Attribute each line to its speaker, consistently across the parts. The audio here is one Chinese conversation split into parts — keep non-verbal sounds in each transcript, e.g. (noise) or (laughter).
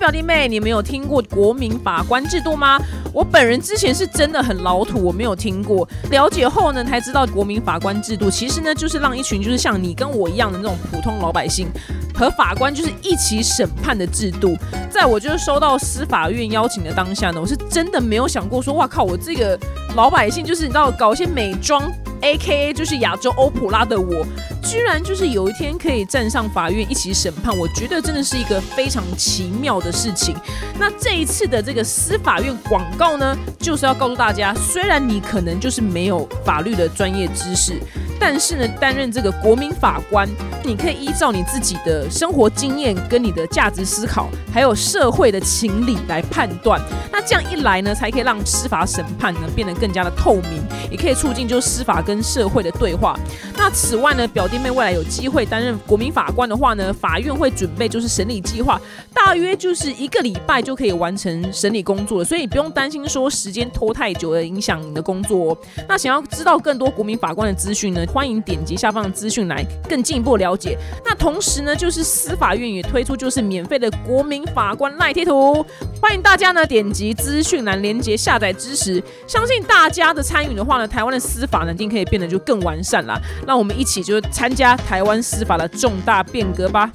Speaker 1: 小弟妹，你们有听过国民法官制度吗？我本人之前是真的很老土，我没有听过。了解后呢，才知道国民法官制度其实呢，就是让一群就是像你跟我一样的那种普通老百姓和法官就是一起审判的制度。在我就是收到司法院邀请的当下呢，我是真的没有想过说，哇靠，我这个老百姓就是你知道搞一些美妆。A K A 就是亚洲欧普拉的我，居然就是有一天可以站上法院一起审判，我觉得真的是一个非常奇妙的事情。那这一次的这个司法院广告呢，就是要告诉大家，虽然你可能就是没有法律的专业知识，但是呢，担任这个国民法官，你可以依照你自己的生活经验、跟你的价值思考，还有社会的情理来判断。那这样一来呢，才可以让司法审判呢变得更加的透明，也可以促进就司法跟社会的对话。那此外呢，表弟妹未来有机会担任国民法官的话呢，法院会准备就是审理计划，大约就是一个礼拜就可以完成审理工作了，所以不用担心说时间拖太久了影响你的工作哦。那想要知道更多国民法官的资讯呢，欢迎点击下方的资讯来更进一步了解。那同时呢，就是司法院也推出就是免费的国民法官赖贴图，欢迎大家呢点击资讯栏连接下载支持。相信大家的参与的话呢，台湾的司法呢一定可以变得就更完善啦。让我们一起就是参加台湾司法的重大变革吧。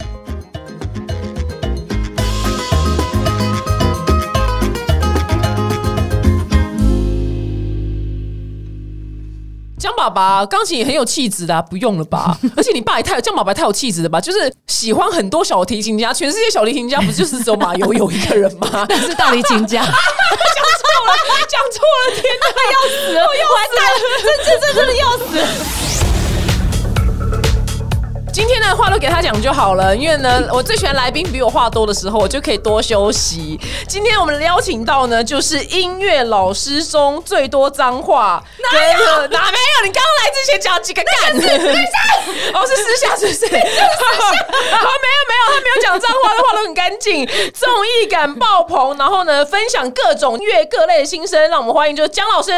Speaker 1: 江爸爸钢琴也很有气质的、啊，不用了 (laughs) 吧？而且你爸也太江爸爸也太有气质了吧？就是喜欢很多小提琴家，全世界小提琴家不就是只有马友友一个人 (laughs) 吗？
Speaker 2: 但是大提琴 (laughs) 家
Speaker 1: 讲错了，讲错了，天哪， (laughs) 要死了，我要死了，这这这真的要死。今天呢，话都给他讲就好了，因为呢，我最喜欢来宾比我话多的时候，我就可以多休息。今天我们邀请到呢，就是音乐老师中最多脏话，哪有哪没有？你刚刚来之前讲几个干？哦，是私下是不是？哦，没有没有，他没有讲脏话，他话都很干净，综艺感爆棚，然后呢，分享各种音乐各类的心声，让我们欢迎就是姜老师，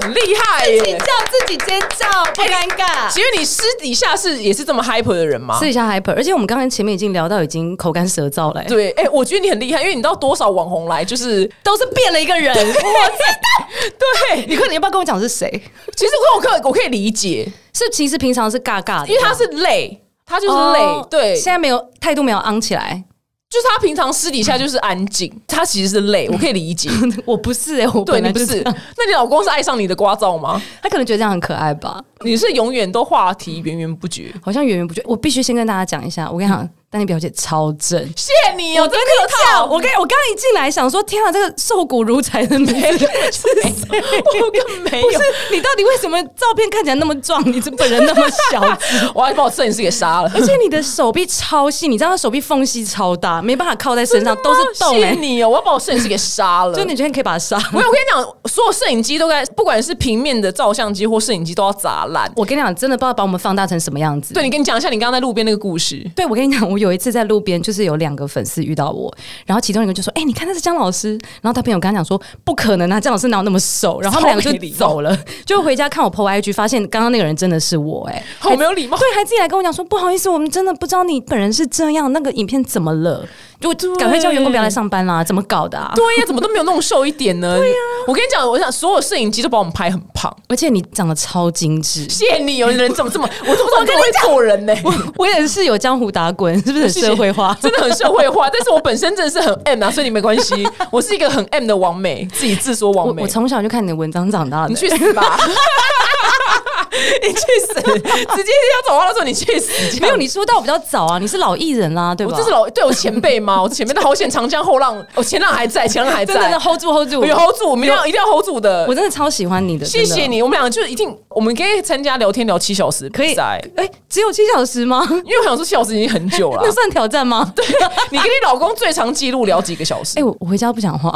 Speaker 1: 很厉害
Speaker 2: 自己
Speaker 1: 耶！
Speaker 2: 叫自己尖叫，不尴 (laughs)
Speaker 1: (laughs)
Speaker 2: 尬。
Speaker 1: 请问你私底下是也是这么 hyper 的人吗？
Speaker 2: 哎试一下 hyper，而且我们刚才前面已经聊到已经口干舌燥了、欸
Speaker 1: 对，哎、我觉得你很厉害，因为你知道多少网红来就是
Speaker 2: 都是变了一个人。
Speaker 1: 对，(laughs)
Speaker 2: (laughs) 你快点，要不要跟我讲是谁？
Speaker 1: 其实我可我可以理解，
Speaker 2: 是其实平常是尬尬的，
Speaker 1: 因为他是累，他就是累，
Speaker 2: 哦
Speaker 1: 对，
Speaker 2: 现在没有态度没有昂起来。 (laughs)
Speaker 1: 就是他平常私底下就是安静，他其实是累，我可以理解。
Speaker 2: 嗯 (laughs) 我不是哎、我
Speaker 1: 对
Speaker 2: 本
Speaker 1: 你
Speaker 2: 来
Speaker 1: 不
Speaker 2: 就是这样，
Speaker 1: 那你老公是爱上你的聒噪
Speaker 2: (laughs)
Speaker 1: 吗？
Speaker 2: 他可能觉得这样很可爱吧？
Speaker 1: 你是永远都话题源源不绝。
Speaker 2: 好像源源不绝。我必须先跟大家讲一下，我跟你讲，丹妮表姐超正。
Speaker 1: 谢谢你哦，真客套，
Speaker 2: 讲，我跟我刚一进来想说，天啊，这个瘦骨如柴的名 (laughs) 字是谁？
Speaker 1: (laughs) 我更没
Speaker 2: 不是
Speaker 1: 有，
Speaker 2: 你到底为什么照片看起来那么壮，你这本人那么
Speaker 1: (laughs)
Speaker 2: 小 (laughs) 只？
Speaker 1: 我还把我摄影师给杀了。
Speaker 2: 而 (laughs) 且你的手臂超细，你知道他手臂缝隙超大，没办法靠在身上，都 (laughs) 是洞
Speaker 1: 谢
Speaker 2: 哎、
Speaker 1: 谢你哦，我要把我摄影师给杀
Speaker 2: (laughs)
Speaker 1: 了。
Speaker 2: 就你觉得你可以把它杀了？
Speaker 1: 没有，我跟你讲，所有摄影机都该，不管是平面的照相机或摄影机，都要砸烂。
Speaker 2: 我跟你讲，真的不知道把我们放大成什么样子。
Speaker 1: 对，你跟你讲一下你刚刚在路边那个故事。
Speaker 2: 对，我跟你讲，我有一次在路边，就是有两个粉丝遇到我，然后其中一个就说：“哎、你看那是姜老师。”然后他朋友跟他讲说：“不可能啊，姜老师哪有那么瘦？”然后他们两
Speaker 1: 超没
Speaker 2: 个
Speaker 1: 礼
Speaker 2: 就
Speaker 1: 貌
Speaker 2: 走了，就回家看我 PO IG，发现刚刚那个人真的是我、哎，
Speaker 1: 好没有礼貌
Speaker 2: 对，还自己来跟我讲说：“不好意思，我们真的不知道你本人是这样，那个影片怎么了？”就赶快叫员工不要来上班啦，怎么搞的、啊？
Speaker 1: 对呀、怎么都没有弄瘦一点呢？对呀、我跟你讲，我想所有摄影机都把我们拍很胖。
Speaker 2: 而且你长得超精致，
Speaker 1: 谢谢你，有人怎么这么，我都不知道你这么会做人呢、
Speaker 2: (laughs) 我也是有江湖打滚，是不是很
Speaker 1: 谢谢
Speaker 2: 社会 (laughs) 化？
Speaker 1: 真的很社会化，但是我本身真的是很 M 啊，所以你没关系，我是一个很 M 的王美，自己自说
Speaker 2: 我
Speaker 1: 王美
Speaker 2: 我。从小就看你的文章长大的、
Speaker 1: 你去死吧！ (laughs) 你去死！直接要走话的时候，你去死！
Speaker 2: (laughs) 没有，你出道比较早啊，你是老艺人啦，对吧？
Speaker 1: 我这是老对我前辈吗？我前辈的好险，长江后浪，我前浪还 (laughs) 在，前浪还在，
Speaker 2: 真的 hold 住 hold 住，
Speaker 1: 我有 hold 住，我们一定要一定要 hold 住的
Speaker 2: 我。真的超喜欢你的，
Speaker 1: 谢谢
Speaker 2: 真的。
Speaker 1: 你，我们两个就一定，我们可以参加聊天聊七小时比
Speaker 2: 可以，
Speaker 1: 赛，
Speaker 2: 哎、只有七小时吗？
Speaker 1: 因为我想说七小时已经很久 (laughs) 了
Speaker 2: (laughs)
Speaker 1: 啊
Speaker 2: 那。算挑战吗？对，
Speaker 1: 你跟你老公最长记录聊几个 (laughs) 小时
Speaker 2: 哎、我我回家不讲话，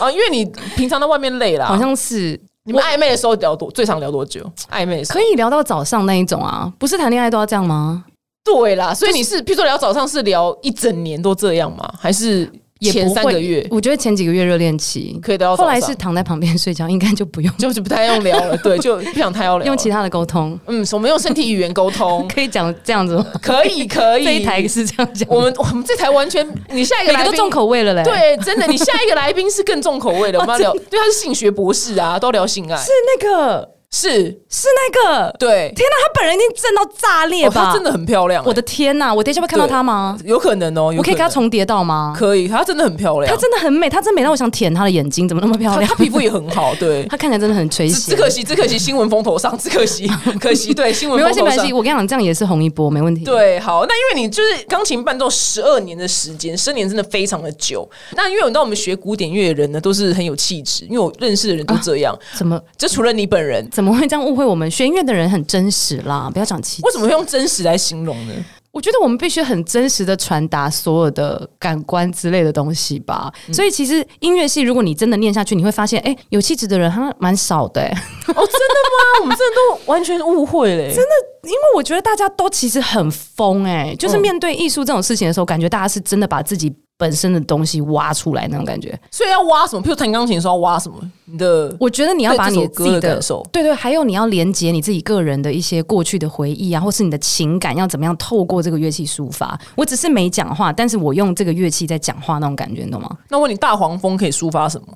Speaker 1: 啊？因为你平常在外面累啦，
Speaker 2: (laughs) 好像是
Speaker 1: 你们暧昧的时候聊多最长聊多久？暧昧的时候
Speaker 2: 可以聊到早上那一种啊，不是谈恋爱都要这样吗？
Speaker 1: 对啦，所以你是，譬如说聊早上是聊一整年都这样吗？还是
Speaker 2: 也不
Speaker 1: 前
Speaker 2: 会
Speaker 1: 三个月
Speaker 2: 我觉得前几个月热恋期，
Speaker 1: 可以聊到早
Speaker 2: 后
Speaker 1: 上，
Speaker 2: 来是躺在旁边睡觉，应该就不用
Speaker 1: 就就不太用聊了，对，哦就不想太要 (laughs) 聊了。
Speaker 2: 用其他的沟通，，
Speaker 1: 嗯，我们用身体语言沟通
Speaker 2: (laughs) 可以讲这样子吗？
Speaker 1: 可以可以。
Speaker 2: 这一台是这样讲，
Speaker 1: 我们我们这台完全，你下一个
Speaker 2: 每
Speaker 1: 来
Speaker 2: 个
Speaker 1: 宾
Speaker 2: 都重口味了嘞。
Speaker 1: 对，真的，你下一个来宾是更重口
Speaker 2: (laughs)
Speaker 1: 味的，我们要聊，对，他是性学博士啊，都要聊性爱，
Speaker 2: 是那个，
Speaker 1: 是，
Speaker 2: (laughs) 是那个。
Speaker 1: 对，
Speaker 2: 天哪，他本人一定震到炸裂
Speaker 1: 哦，
Speaker 2: 吧？
Speaker 1: 他真的很漂亮、欸，
Speaker 2: 我的天哪！我等一下会看到他吗？
Speaker 1: 有可能哦，有
Speaker 2: 我可以跟他
Speaker 1: 能
Speaker 2: 重叠到吗？
Speaker 1: 可以，啊她真的很漂亮，
Speaker 2: 她真的很美，她真美到我想舔她的眼睛，怎么那么漂
Speaker 1: 她
Speaker 2: 亮？ (laughs)
Speaker 1: 她皮肤也很好，对。
Speaker 2: 她看起来真的很垂
Speaker 1: 只
Speaker 2: 涎
Speaker 1: 只。可惜，只可惜新闻风头上，只可
Speaker 2: (laughs)
Speaker 1: 惜，可惜，对新闻
Speaker 2: 没
Speaker 1: 风
Speaker 2: 关系，
Speaker 1: 头
Speaker 2: 没关
Speaker 1: 上
Speaker 2: 系，。我跟你讲，这样也是红一波，没问题。
Speaker 1: 对，好，那因为你就是钢琴伴奏十二年的时间，十年真的非常的久。那因为你知道我们学古典乐的人呢，都是很有气质，因为我认识的人都这样，
Speaker 2: 怎么
Speaker 1: 就除了你本人，
Speaker 2: 怎么会这样误会我们？学音乐的人很真实啦，不要讲气质
Speaker 1: 为什么会用真实来形容呢？
Speaker 2: 我觉得我们必须很真实的传达所有的感官之类的东西吧。
Speaker 1: 嗯
Speaker 2: 所以其实音乐系，如果你真的念下去，你会发现，哎、有气质的人他蛮少的、哎
Speaker 1: 哦，真的吗？我们真的都完全误会嘞、真的
Speaker 2: 因为我觉得大家都其实很疯，哎，
Speaker 1: 嗯
Speaker 2: 就是面对艺术这种事情的时候，感觉大家是真的把自己本身的东西挖出来那种感觉。
Speaker 1: 所以要挖什么？譬如弹钢琴的时候要挖什么？你的
Speaker 2: 我觉得你要把
Speaker 1: 对这
Speaker 2: 你
Speaker 1: 首
Speaker 2: 自
Speaker 1: 歌
Speaker 2: 己
Speaker 1: 的
Speaker 2: 的
Speaker 1: 感受
Speaker 2: 对对，还有你要连接你自己个人的一些过去的回忆啊，或是你的情感，要怎么样透过这个乐器抒发。我只是没讲话，但是我用这个乐器在讲话那种感觉，你懂吗？
Speaker 1: 那问你大黄蜂可以抒发什 (laughs) 么？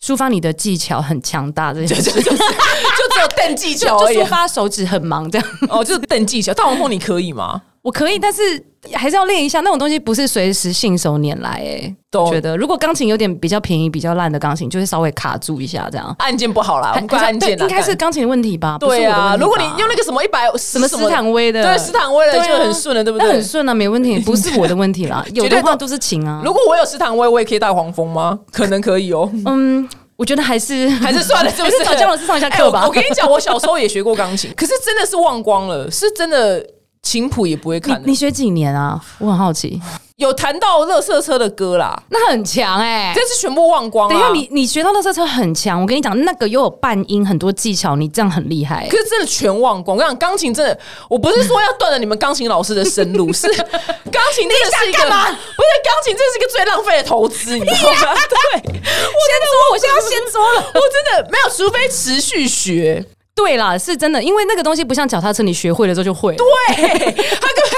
Speaker 2: 抒发你的技巧很强大，这件事
Speaker 1: 就只有瞪技
Speaker 2: 就
Speaker 1: (laughs) 巧而已
Speaker 2: 抒。发手指很忙这样。
Speaker 1: 哦，就是瞪技巧。大黄蜂你可以吗？
Speaker 2: 我可以，但是还是要练一下。那种东西不是随时信手拈来、欸，
Speaker 1: 懂
Speaker 2: 觉得如果钢琴有点比较便宜、比较烂的钢琴，就会稍微卡住一下这样。
Speaker 1: 按键不好啦，我们怪
Speaker 2: 还
Speaker 1: 按
Speaker 2: 对
Speaker 1: 键啦。
Speaker 2: 应该是
Speaker 1: 干
Speaker 2: 钢琴的问题吧？不是
Speaker 1: 对
Speaker 2: 我的
Speaker 1: 啊。
Speaker 2: 问题吧
Speaker 1: 如果你用那个什么一百
Speaker 2: 什
Speaker 1: 什
Speaker 2: 么斯坦威的，
Speaker 1: 对斯坦威的
Speaker 2: 对啊
Speaker 1: 就很顺了，对不
Speaker 2: 那很
Speaker 1: 对？
Speaker 2: 顺啊，没问题，不是我的问题啦。有
Speaker 1: 绝对
Speaker 2: 的
Speaker 1: 都
Speaker 2: 话都是琴啊。
Speaker 1: 如果我有斯坦威，我也可以大黄蜂
Speaker 2: (laughs)
Speaker 1: 吗？可能可以哦，
Speaker 2: 嗯，我觉得还是
Speaker 1: 还是算了，是不
Speaker 2: 还是找姜老师上一下
Speaker 1: 哎
Speaker 2: 课
Speaker 1: 我
Speaker 2: 吧。
Speaker 1: 我跟你讲，我小时候也学过钢
Speaker 2: (laughs)
Speaker 1: 琴，可是真的是忘光了，是真的琴谱也不会看
Speaker 2: 你
Speaker 1: 的
Speaker 2: 你。学几年啊？我很好奇。
Speaker 1: 有弹到乐色车的歌啦，
Speaker 2: 那很强哎、
Speaker 1: 但是全部忘光了。啊
Speaker 2: 等一下，你你学到的这车很强，我跟你讲，那个又有半音，很多技巧，你这样很厉害、
Speaker 1: 可是真的全忘光。我跟你讲，钢琴真的，我不是说要断了你们钢琴老师的生
Speaker 2: (laughs)
Speaker 1: 路，是钢琴真的是一个，不是钢琴，真的是一个最浪费的投资，你知道
Speaker 2: (laughs)
Speaker 1: 吗？对，我先说，我现在先说了，我真的没有，除非持续学。
Speaker 2: 对啦，是真的，因为那个东西不像脚踏车，你学会了之后就会了。
Speaker 1: 对，他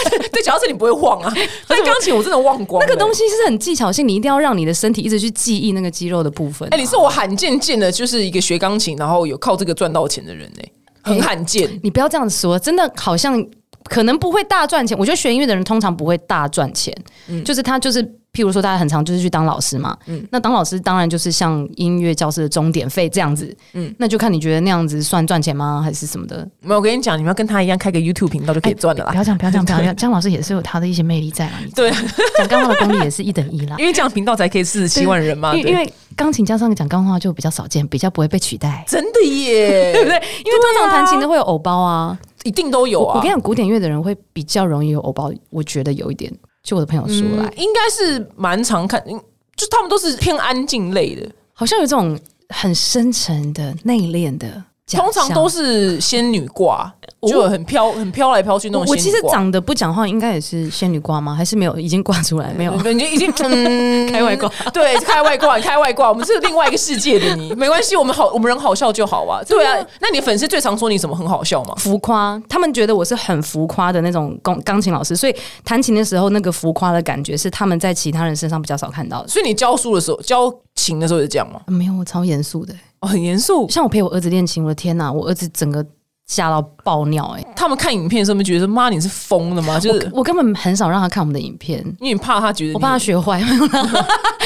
Speaker 1: 跟他对，脚踏车你不会忘 (laughs) 啊，但钢琴我真的忘光
Speaker 2: 那个东
Speaker 1: 西。
Speaker 2: 西是很技巧性，你一定要让你的身体一直去记忆那个肌肉的部分、
Speaker 1: 哎、你是我罕见见的，就是一个学钢琴，然后有靠这个赚到钱的人呢、很罕见。
Speaker 2: 你不要这样说，真的好像可能不会大赚钱。我觉得学音乐的人通常不会大赚钱，
Speaker 1: 嗯
Speaker 2: 就是他就是，譬如说大家很常就是去当老师嘛，那当老师当然就是像音乐教室的钟点费这样子，
Speaker 1: 嗯
Speaker 2: 那就看你觉得那样子算赚钱吗，还是什么的？
Speaker 1: 没有，我跟你讲，你们要跟他一样开个 YouTube 频道就可以赚了啦。
Speaker 2: 不要这样，不要这样，不要这样。姜老师也是有他的一些魅力在啦，
Speaker 1: (laughs)
Speaker 2: 你
Speaker 1: 哎对，
Speaker 2: 讲钢话的功力也是一等
Speaker 1: (laughs)
Speaker 2: 一啦。
Speaker 1: 因为这样频道才可以四十七万人嘛。
Speaker 2: 因为
Speaker 1: 对
Speaker 2: 因为钢琴加上讲钢话就比较少见，比较不会被取代，啊
Speaker 1: 真的耶，
Speaker 2: (laughs)
Speaker 1: 对不对？
Speaker 2: 因为通常弹琴的会有偶包啊。
Speaker 1: 一定都有
Speaker 2: 我
Speaker 1: 啊。
Speaker 2: 我跟你讲，古典乐的人会比较容易有偶包，我觉得有一点。就我的朋友说来，
Speaker 1: 嗯应该是蛮常看，嗯就他们都是偏安静类的，
Speaker 2: 好像有这种很深沉的、内敛的假象，
Speaker 1: 通常都是仙女挂，就很飘，很飘来飘去那
Speaker 2: 我
Speaker 1: 种
Speaker 2: 我
Speaker 1: 仙
Speaker 2: 其
Speaker 1: 女
Speaker 2: 实
Speaker 1: 挂。
Speaker 2: 长得不讲话，应该也是仙女挂吗？还是没有？已经挂出来没有？
Speaker 1: 感觉已
Speaker 2: (laughs)
Speaker 1: 经嗯
Speaker 2: 开外挂，
Speaker 1: 对，开外挂， (laughs) 开外挂，我们是另外一个世界的你，没关系，我们好，我们人好笑就好啊。对啊，那你的粉丝最常说你什么很好笑吗？
Speaker 2: 浮夸，他们觉得我是很浮夸的那种钢钢琴老师，所以弹琴的时候那个浮夸的感觉是他们在其他人身上比较少看到的。
Speaker 1: 所以你教书的时候，教琴的时候也这样吗？
Speaker 2: 啊没有，我超严肃的、
Speaker 1: 哦，很严肃。
Speaker 2: 像我陪我儿子练琴，我的天哪，我儿子整个吓到爆尿、欸，
Speaker 1: 他们看影片的时候，觉得妈你是疯的吗？就是
Speaker 2: 我我根本很少让他看我们的影片，
Speaker 1: 因为你怕他觉得你
Speaker 2: 我怕他学坏，没有啦 (laughs)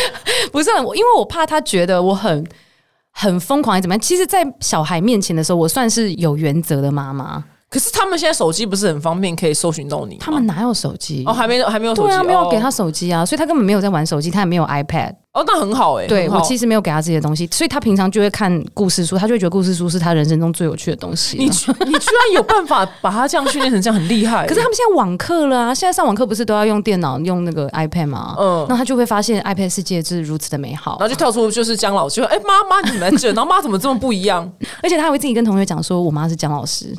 Speaker 2: 不是啊，我因为我怕他觉得我很很疯狂，还是怎么样？其实，在小孩面前的时候，我算是有原则的妈妈。
Speaker 1: 可是他们现在手机不是很方便，可以搜寻到你吗。
Speaker 2: 他们哪有手机？
Speaker 1: 哦，还没还没有手机，
Speaker 2: 对啊，没有给他
Speaker 1: 哦
Speaker 2: 手机啊，所以他根本没有在玩手机，他也没有 iPad
Speaker 1: 哦，那很好哎、
Speaker 2: 对
Speaker 1: 很好
Speaker 2: 我其实没有给他这些东西，所以他平常就会看故事书，他就会觉得故事书是他人生中最有趣的东西了。
Speaker 1: 你居你居然有办法把他这样训练成这样，很厉害、
Speaker 2: 可是他们现在网课了啊，现在上网课不是都要用电脑用那个 iPad 吗？
Speaker 1: 嗯
Speaker 2: 那他就会发现 iPad 世界是如此的美好
Speaker 1: 然后。就跳出就是姜老师，就说哎妈妈你怎么在这？然后妈怎么这么不一样？
Speaker 2: 而且他还会自己跟同学讲说：“我妈是姜老师。”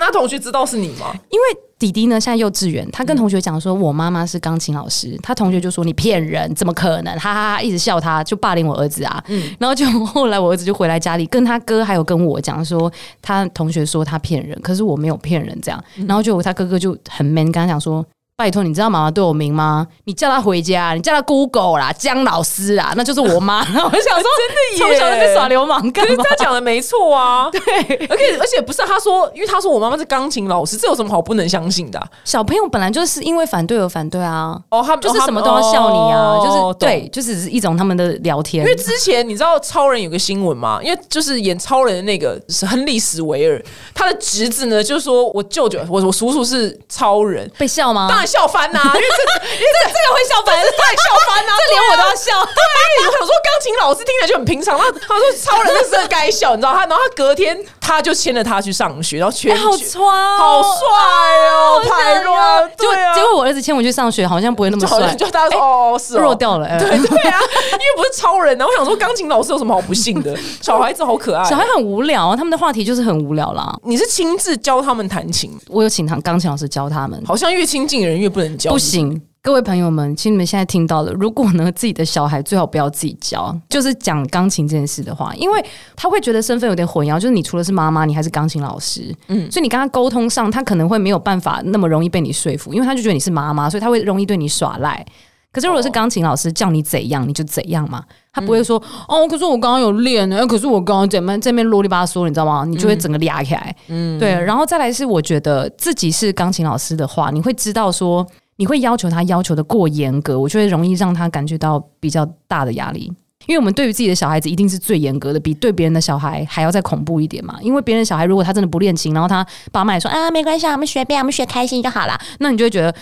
Speaker 1: 那同学知道是你吗？
Speaker 2: 因为弟弟呢，现在幼稚园，他跟同学讲说，我妈妈是钢琴老师，他同学就说你骗人，怎么可能？哈哈哈，一直笑他，就霸凌我儿子啊。然后就后来我儿子就回来家里，跟他哥还有跟我讲说，他同学说他骗人，可是我没有骗人这样。然后就他哥哥就很 man，跟他讲说。拜托，你知道妈妈对我名吗？你叫她回家，你叫她 Google 啦，江老师啊，那就是我妈。然后我想说，
Speaker 1: 哎耶
Speaker 2: 从小就被耍流氓干
Speaker 1: 可是 (laughs)
Speaker 2: 嘛？
Speaker 1: 他讲的没错 (laughs) 啊，
Speaker 2: 对，
Speaker 1: 而且而且不是他说，因为他说我妈妈是钢琴老师，这有什么好不能相信的啊、
Speaker 2: 小朋友本来就是因为反对而反对啊。
Speaker 1: 哦，他们
Speaker 2: 就是
Speaker 1: 哦他
Speaker 2: 什么
Speaker 1: 们
Speaker 2: 都要笑你啊，
Speaker 1: 哦
Speaker 2: 就是
Speaker 1: 懂
Speaker 2: 对，就只是一种他们的聊天。
Speaker 1: 因为之前你知道超人有个新闻吗？因为就是演超人的那个是亨利·史维尔，他的侄子呢，就说我舅舅，我我叔叔是超人，
Speaker 2: 被笑吗？
Speaker 1: 当然笑翻
Speaker 2: (laughs)
Speaker 1: 啦、因为这因为这这个会笑翻，当然笑翻啦、
Speaker 2: 这 (laughs) 连我都要笑。
Speaker 1: 对，啊因为我想说钢琴老师听起来就很平常，那他说超人那时候该笑，你知道他，然后他隔天他就牵着他去上学，然后全
Speaker 2: 哎，好
Speaker 1: 全
Speaker 2: 帅哦，
Speaker 1: 好帅哦，太乱，
Speaker 2: 就
Speaker 1: 对啊，
Speaker 2: 结果我儿子牵我去上学，好像不会那么
Speaker 1: 就好
Speaker 2: 帅
Speaker 1: 像，就大家说哦是哦
Speaker 2: 弱掉了。哎
Speaker 1: 对对啊，因为不是超人啊！我想说，钢琴老师有什么好不幸
Speaker 2: (laughs)
Speaker 1: 的？小孩子好可爱。
Speaker 2: 小孩很无聊，啊他们的话题就是很无聊啦。
Speaker 1: 你是亲自教他们弹琴，
Speaker 2: 我有请堂钢琴老师教他们，
Speaker 1: 好像越亲近的人越不能教。
Speaker 2: 不行。各位朋友们，其实你们现在听到了，如果呢自己的小孩最好不要自己教，就是讲钢琴这件事的话，因为他会觉得身份有点混淆，就是你除了是妈妈，你还是钢琴老师，嗯，所以你跟他沟通上，他可能会没有办法那么容易被你说服，因为他就觉得你是妈妈，所以他会容易对你耍赖。可是如果是钢琴老师叫你怎样你就怎样嘛，他不会说、哦，可是我刚刚有练呢、哎可是我刚刚怎么这边啰里吧嗦，你知道吗？你就会整个俩起来，嗯，对。然后再来是我觉得自己是钢琴老师的话，你会知道说你会要求他要求的过严格，我就会容易让他感觉到比较大的压力。因为我们对于自己的小孩子一定是最严格的，比对别人的小孩还要再恐怖一点嘛。因为别人的小孩如果他真的不练琴，然后他爸妈也说啊没关系，啊，我们学呗，我们学开心就好啦，那你就会觉得，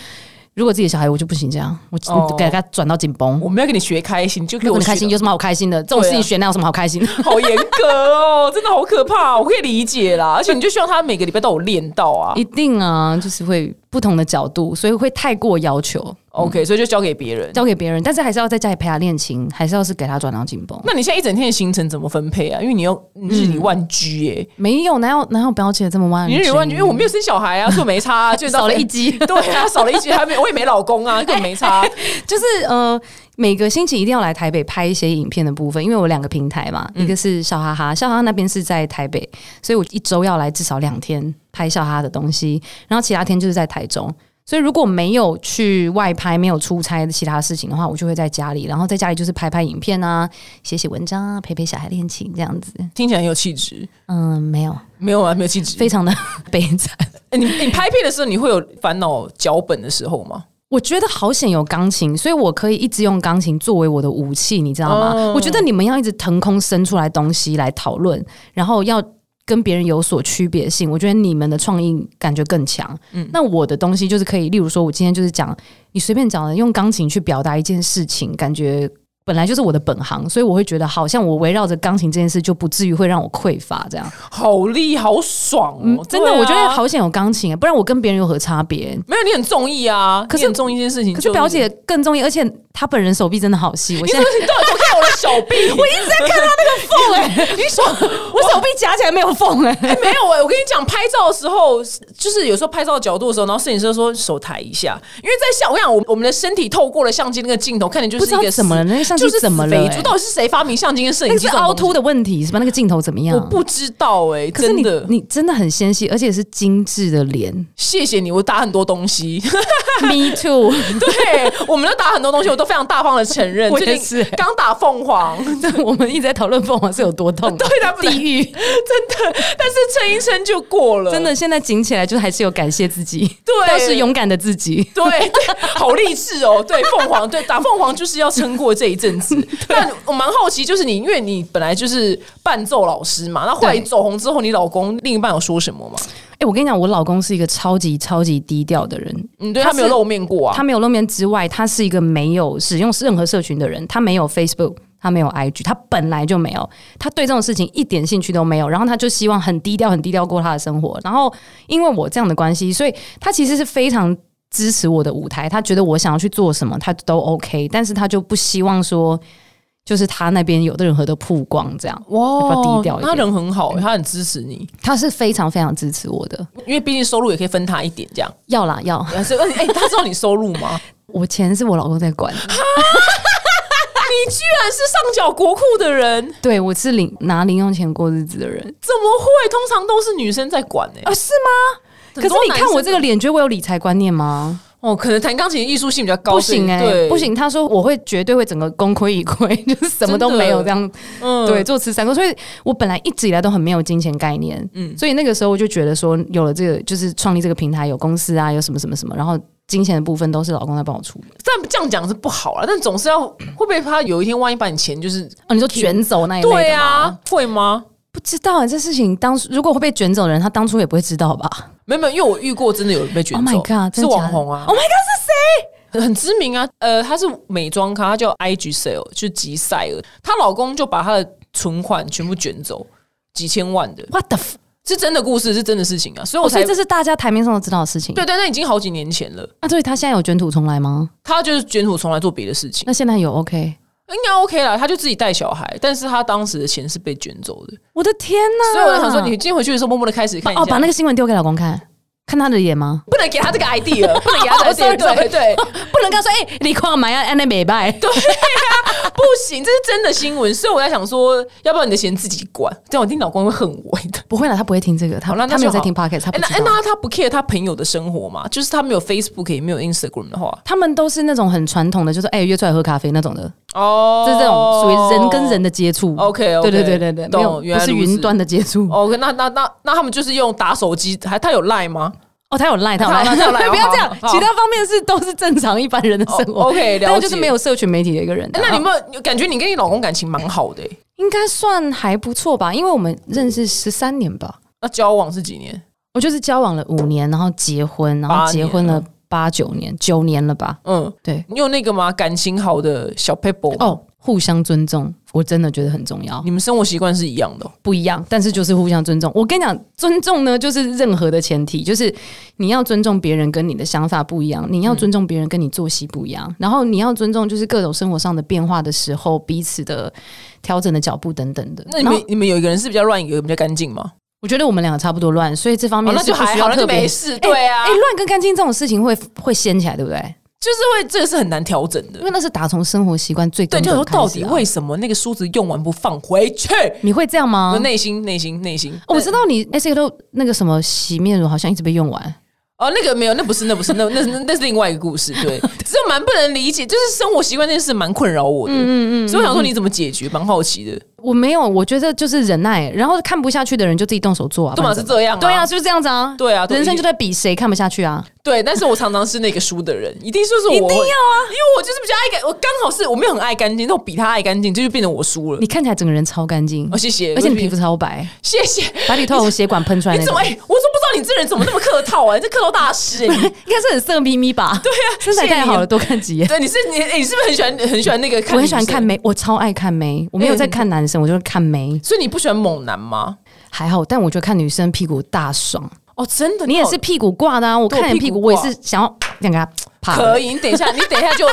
Speaker 2: 如果自己的小孩我就不行这样，我
Speaker 1: 哦
Speaker 2: 给他转到紧绷。
Speaker 1: 我们要跟你学开心，就给
Speaker 2: 如
Speaker 1: 我
Speaker 2: 果
Speaker 1: 学
Speaker 2: 你开心，有什么好开心的？这种
Speaker 1: 对啊
Speaker 2: 事情学那有什么好
Speaker 1: (laughs)
Speaker 2: 开心？
Speaker 1: 好严格哦，真的好可怕。我可以理解啦，而且你就希望他每个礼拜都有练到啊。
Speaker 2: 一定啊，就是会不同的角度，所以会太过要求，
Speaker 1: OK，所以就交给别人。
Speaker 2: 交给别人，但是还是要在家里陪他练琴，还是要是给他转到紧绷。
Speaker 1: 那你现在一整天的行程怎么分配啊？因为你要你
Speaker 2: 嗯
Speaker 1: 日理万居耶、
Speaker 2: 没有，哪有哪有表姐这么弯？
Speaker 1: 你日理万居，因为我没有生小孩
Speaker 2: (laughs)
Speaker 1: 啊，所以我没差、啊，就
Speaker 2: 少了一。集。
Speaker 1: (laughs) 对啊，少了一集，还没我也没老公啊，根本没
Speaker 2: (laughs)
Speaker 1: 差、
Speaker 2: 就是呃，每个星期一定要来台北拍一些影片的部分，因为我有两个平台嘛，
Speaker 1: 嗯
Speaker 2: 一个是笑哈哈，笑哈哈那边是在台北，所以我一周要来至少两天拍笑哈哈的东西，然后其他天就是在台中。所以如果没有去外拍、没有出差的其他事情的话，我就会在家里，然后在家里就是拍拍影片啊、写写文章啊、陪陪小孩练琴这样子。
Speaker 1: 听起来很有气质。
Speaker 2: 嗯，没有，
Speaker 1: 没有啊，没有气质。
Speaker 2: 非常的 (laughs) 悲惨。
Speaker 1: 欸你你拍片的时候，你会有烦恼脚本的时候吗？
Speaker 2: 我觉得好险有钢琴，所以我可以一直用钢琴作为我的武器，你知道吗？
Speaker 1: 哦
Speaker 2: 我觉得你们要一直腾空生出来东西来讨论，然后要跟别人有所区别性。我觉得你们的创意感觉更强。嗯，那我的东西就是可以，例如说，我今天就是讲你随便讲的，用钢琴去表达一件事情，感觉。本来就是我的本行，所以我会觉得好像我围绕着钢琴这件事，就不至于会让我匮乏这样。
Speaker 1: 好厉好爽哦！
Speaker 2: 真的，
Speaker 1: 对啊
Speaker 2: 我觉得好险有钢琴，不然我跟别人有何差别？
Speaker 1: 没有你很中意啊，
Speaker 2: 可是
Speaker 1: 你很中意一件事情。
Speaker 2: 可是
Speaker 1: 就
Speaker 2: 表，姐更中意，而且她本人手臂真的好细。我
Speaker 1: 你
Speaker 2: 现
Speaker 1: 怎
Speaker 2: 在
Speaker 1: 么你到底偷看我的手
Speaker 2: (laughs)
Speaker 1: 臂？我一直在看他
Speaker 2: 缝哎、 (laughs) 你手我手臂夹起来没有
Speaker 1: (laughs)
Speaker 2: 缝哎、
Speaker 1: 那个。欸没有哎、我跟你讲，拍照的时候，就是有时候拍照的角度的时候，然后摄影师就说手抬一下，因为在相，我想我我们的身体透过了相机那个镜头，看见就
Speaker 2: 不
Speaker 1: 是
Speaker 2: 知
Speaker 1: 一
Speaker 2: 道
Speaker 1: 个
Speaker 2: 怎么了，
Speaker 1: 死
Speaker 2: 那个相机
Speaker 1: 就是
Speaker 2: 怎么了、
Speaker 1: 肥猪
Speaker 2: 欸？
Speaker 1: 到底是谁发明相机跟摄
Speaker 2: 那
Speaker 1: 影
Speaker 2: 个
Speaker 1: 机
Speaker 2: 是
Speaker 1: 这种
Speaker 2: 凹
Speaker 1: 东西？啊
Speaker 2: 凸的问题是吧？那个镜头怎么样？
Speaker 1: 我不知道哎、
Speaker 2: 可是
Speaker 1: 真
Speaker 2: 你
Speaker 1: 的，
Speaker 2: 你欸真的很纤细，而且是精致
Speaker 1: (laughs)
Speaker 2: 的脸。
Speaker 1: 谢谢你，我打很多东西。 (laughs)
Speaker 2: Me too， (laughs)
Speaker 1: 对，我们都打很多东西，我都非常大方的承认。
Speaker 2: 我
Speaker 1: 最
Speaker 2: 也
Speaker 1: 近
Speaker 2: 是欸
Speaker 1: 刚打凤凰， (laughs)
Speaker 2: 我们一直在讨论凤凰是有多痛、啊
Speaker 1: 对他不能 (laughs)
Speaker 2: 地狱
Speaker 1: 但是撑一撑就过了，
Speaker 2: 真。的现在紧起来，就还是有感谢自己，
Speaker 1: 对
Speaker 2: 都是勇敢的自己。
Speaker 1: (laughs) 对对，好励志哦！ (laughs) 对，凤凰，对打凤凰就是要撑过这一阵
Speaker 2: (laughs)
Speaker 1: 子。但我蛮好奇，就是你，因为你本来就是伴奏老师嘛，那后来
Speaker 2: 对
Speaker 1: 你走红之后，你老公另一半有说什么吗？
Speaker 2: 哎、我跟你讲，我老公是一个超级超级低调的人，
Speaker 1: 你嗯对
Speaker 2: 他
Speaker 1: 他
Speaker 2: 是
Speaker 1: 没有露面过啊
Speaker 2: 他？没有露面之外，他是一个没有使用任何社群的人，他没有 Facebook。他没有 IG，他本来就没有，他对这种事情一点兴趣都没有。然后他就希望很低调、很低调过他的生活。然后因为我这样的关系，所以他其实是非常支持我的舞台。他觉得我想要去做什么，他都 OK，但是他就不希望说就是他那边有的任何的曝光，这样要不要低调一
Speaker 1: 哦他
Speaker 2: 点？
Speaker 1: 人很
Speaker 2: 嗯
Speaker 1: 好，他很支持你，
Speaker 2: 他是非常非常支持我的，
Speaker 1: 因为毕竟收入也可以分他一点这样。
Speaker 2: (laughs) 要啦要，
Speaker 1: 但是，哎、他知道你收入
Speaker 2: (laughs)
Speaker 1: 吗？
Speaker 2: 我钱是我老公在管，
Speaker 1: 你居然是上缴国库的人，
Speaker 2: 对我是零拿零用钱过日子的人
Speaker 1: 怎么会？通常都是女生在管呢、
Speaker 2: 啊，是吗？可
Speaker 1: 很
Speaker 2: 是
Speaker 1: 多
Speaker 2: 你看我这个
Speaker 1: 男生
Speaker 2: 脸，觉得我有理财观念吗？
Speaker 1: 哦，可能弹钢琴的艺术性比较高，
Speaker 2: 不行
Speaker 1: 哎、
Speaker 2: 哎、不，行。他说我会绝对会整个功亏一篑， (laughs) 就是什么都没有这样，
Speaker 1: 嗯
Speaker 2: 对，做慈善工。所以我本来一直以来都很没有金钱概念，嗯，所以那个时候我就觉得说，有了这个就是创立这个平台，有公司啊，有什么什么什么，然后金钱的部分都是老公在帮我出。
Speaker 1: 但这样讲是不好啊了，但总是要会不会怕有一天万一把你钱就是
Speaker 2: 哦，你说卷走那一类的
Speaker 1: 对
Speaker 2: 吗，
Speaker 1: 啊，会吗？
Speaker 2: 不知道、啊这事情当初如果会被卷走的人，他当初也不会知道吧
Speaker 1: 没有没有，因为我遇过真的有人被卷
Speaker 2: Oh
Speaker 1: 走
Speaker 2: my god，
Speaker 1: 是
Speaker 2: 真的假
Speaker 1: 网
Speaker 2: 的
Speaker 1: 红啊
Speaker 2: ？Oh my god，是谁？
Speaker 1: 很很知名啊，呃，她是美妆咖，她叫 IG Sale，就是吉赛尔，她老公就把她的存款全部卷走，几千万的，
Speaker 2: ？What the？F-
Speaker 1: 是真的故事，是真的事情啊，所以我
Speaker 2: 哦，
Speaker 1: 才、
Speaker 2: 所以这是大家台面上都知道的事情。
Speaker 1: 对，但那已经好几年前了，
Speaker 2: 啊，所以他现在有卷土重来吗？
Speaker 1: 她就是卷土重来做别的事情，
Speaker 2: 那现在有 OK？
Speaker 1: 应该 OK 啦，她就自己带小孩，但是她当时的钱是被卷走的，
Speaker 2: 我的天哪！
Speaker 1: 所以我在想说，你今天回去的时候默默的开始看一下，
Speaker 2: 啊哦，把那个新闻丢给老公看，看他的
Speaker 1: (laughs)
Speaker 2: 脸吗？
Speaker 1: 不能给她这个 idea，不 (laughs) 能给她这
Speaker 2: 哦
Speaker 1: 个 idea，
Speaker 2: sorry，
Speaker 1: 对对。
Speaker 2: 不能跟他说，哎、你看
Speaker 1: 啊
Speaker 2: 嘛要安那美拜， (laughs) 对，
Speaker 1: 不行，这是真的新闻，所以我在想说，要不然你的钱自己管，这样我听老公会恨我的。
Speaker 2: 不会了，他不会听这个，他
Speaker 1: 好那那
Speaker 2: 他没有
Speaker 1: 就
Speaker 2: 在
Speaker 1: 好
Speaker 2: 听 Pocket，他不
Speaker 1: 哎、那
Speaker 2: 知
Speaker 1: 哎
Speaker 2: 道。
Speaker 1: 那 (laughs) 他不 care 他朋友的生活嘛？就是他没有 Facebook 也没有 Instagram 的话，
Speaker 2: 他们都是那种很传统的，就是哎、约出来喝咖啡那种的，
Speaker 1: 哦
Speaker 2: 就是这种属于人跟人的接触。
Speaker 1: OK，OK，
Speaker 2: 对对对对对，没有
Speaker 1: 懂原
Speaker 2: 不
Speaker 1: 来
Speaker 2: 是
Speaker 1: 如此哦
Speaker 2: 云端的接触。
Speaker 1: OK，那那那那他们就是用打手机，还他有 Line 吗？
Speaker 2: 哦，他有赖，他有
Speaker 1: 他
Speaker 2: 赖，
Speaker 1: 有 Line，他有
Speaker 2: (laughs)
Speaker 1: Line，
Speaker 2: 不要
Speaker 1: 好
Speaker 2: 这样，
Speaker 1: 好
Speaker 2: 其他方面是都是正常一般人的生
Speaker 1: 哦
Speaker 2: 活。
Speaker 1: ，OK，了解
Speaker 2: 但就是没有社群媒体的一个人
Speaker 1: 哎
Speaker 2: 啊。
Speaker 1: 那你有没有感觉你跟你老公感情蛮好的、欸？
Speaker 2: 应该算还不错吧？因为我们认识十三年吧，
Speaker 1: 那交往是几年？
Speaker 2: 我就是交往了五年，然后结婚，然后结婚了八九年，九年了吧？
Speaker 1: 嗯，
Speaker 2: 对，
Speaker 1: 你有那个吗？感情好的小 people 哦，
Speaker 2: 哦，互相尊重，我真的觉得很重要
Speaker 1: 你。们生活习惯是一样的哦、
Speaker 2: 不一样，但是就是互相尊重。我跟你讲，尊重呢，就是任何的前提，就是你要尊重别人跟你的想法不一样，你要尊重别人跟你作息不一样，然后你要尊重就是各种生活上的变化的时候，彼此的调整的脚步等等的。
Speaker 1: 那你
Speaker 2: 然后
Speaker 1: 们你们有一个人是比较乱，一个人比较干净吗？
Speaker 2: 我觉得我们两个差不多乱，所以这方
Speaker 1: 哦
Speaker 2: 面、
Speaker 1: 那
Speaker 2: 是
Speaker 1: 就
Speaker 2: 不需
Speaker 1: 还
Speaker 2: 要
Speaker 1: 好，那
Speaker 2: 特
Speaker 1: 就
Speaker 2: 别
Speaker 1: 没事。对啊，
Speaker 2: 哎、乱跟干净这种事情会会掀起来，对不对？
Speaker 1: 就是会这个是很难调整的
Speaker 2: 因。为那是打从生活习惯最
Speaker 1: 对，
Speaker 2: 根
Speaker 1: 就想
Speaker 2: 本
Speaker 1: 说到
Speaker 2: 开始
Speaker 1: 底
Speaker 2: 啊
Speaker 1: 为什么那个梳子用完不放回去？
Speaker 2: 你会这样吗
Speaker 1: 我？内心内心内心，
Speaker 2: 哦我知道你 S K 都那个什么洗面乳好像一直被用完，
Speaker 1: 哦，那个没有，那不是，那不是，那那那那是另外一个故事。
Speaker 2: (laughs)
Speaker 1: 对，只是蛮不能理解，就是生活习惯这件事蛮困扰我的。嗯嗯所以我想说你怎么解决，蛮好奇的。
Speaker 2: 我没有，我觉得就是忍耐，然后看不下去的人就自己动手做啊，
Speaker 1: 干嘛是
Speaker 2: 不然
Speaker 1: 这样、
Speaker 2: 怎么办？对啊，，就是这样子啊，
Speaker 1: 对啊对
Speaker 2: 人生就在比谁看不下去啊，
Speaker 1: 对。但是我常常是那个输的人，一定就是我
Speaker 2: 一定要
Speaker 1: 啊，因为我就是比较爱干，我刚好是我没有很爱干净，但我比他爱干净，这就变成我输了
Speaker 2: 你。看起来整个人超干净
Speaker 1: 哦，，谢谢，
Speaker 2: 而且你
Speaker 1: 我
Speaker 2: 皮肤超白，
Speaker 1: 谢谢。
Speaker 2: 白里透红，血管喷出来
Speaker 1: 你
Speaker 2: 那
Speaker 1: 怎
Speaker 2: 种 (laughs)
Speaker 1: 么？，哎、我怎么不知道你这人怎么那么客套啊？你这客套大师、哎你
Speaker 2: 应该是很色眯
Speaker 1: (laughs)
Speaker 2: 眯吧？对啊，身材
Speaker 1: 谢谢
Speaker 2: 太好
Speaker 1: 你
Speaker 2: 了，多看几眼。
Speaker 1: (laughs) 对，你是你、哎你是不是很喜欢很喜欢那个看？嗯
Speaker 2: 我很喜欢看，眉，我超爱看眉，我没有在看男生，我就是看眉，
Speaker 1: 所以你不喜欢猛男吗？
Speaker 2: 还好，但我觉得看女生屁股大爽。
Speaker 1: 哦，真的，
Speaker 2: 你也是屁股挂的啊！我
Speaker 1: 对我
Speaker 2: 看你
Speaker 1: 屁
Speaker 2: 屁
Speaker 1: 股
Speaker 2: 股，我也
Speaker 1: 挂
Speaker 2: 是想要想给他啪了，
Speaker 1: 可以，你等一下，你等一下就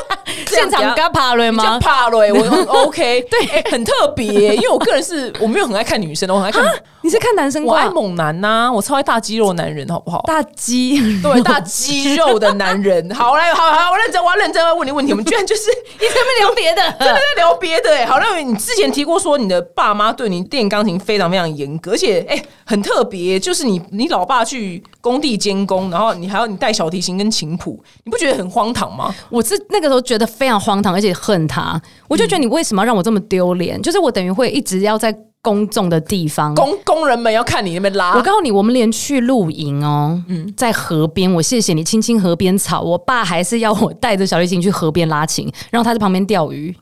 Speaker 1: 这样
Speaker 2: (laughs) 现场
Speaker 1: 等一
Speaker 2: 给
Speaker 1: 下
Speaker 2: 他啪了
Speaker 1: 你
Speaker 2: 吗
Speaker 1: 就？怕了、
Speaker 2: (laughs)
Speaker 1: 欸，我我 OK，对、很特别欸、因为我个人是我没有很爱看女生的，我很爱看，
Speaker 2: 你是看男生
Speaker 1: 我爱
Speaker 2: 挂
Speaker 1: 猛男呐、我超爱大肌肉男人，好不好？
Speaker 2: 大鸡？
Speaker 1: (laughs)
Speaker 2: (laughs)
Speaker 1: 对，大肌肉的男人， (laughs) 好来，好好，我认真，我要认真要问你问题，我们居然就是 (laughs)
Speaker 2: 你这边聊别
Speaker 1: 真的
Speaker 2: 的？
Speaker 1: 在聊别的哎、好，那你之前提过说你的爸妈对你练钢琴非常非常严格，而且哎、很特别，就是你你老爸去工地监工，然后你还要你带小提琴跟琴谱，你不觉得很荒唐吗？
Speaker 2: 我是那个时候觉得非常荒唐，而且恨他。我就觉得你为什么要让我这么丢脸？就是我等于会一直要在公众的地方。
Speaker 1: 工工人们要看你那边拉，
Speaker 2: 我告诉你，我们连去露营哦，
Speaker 1: 嗯
Speaker 2: 在河边，我谢谢你亲亲河边草。我爸还是要我带着小提琴去河边拉琴，然后他在旁边钓鱼。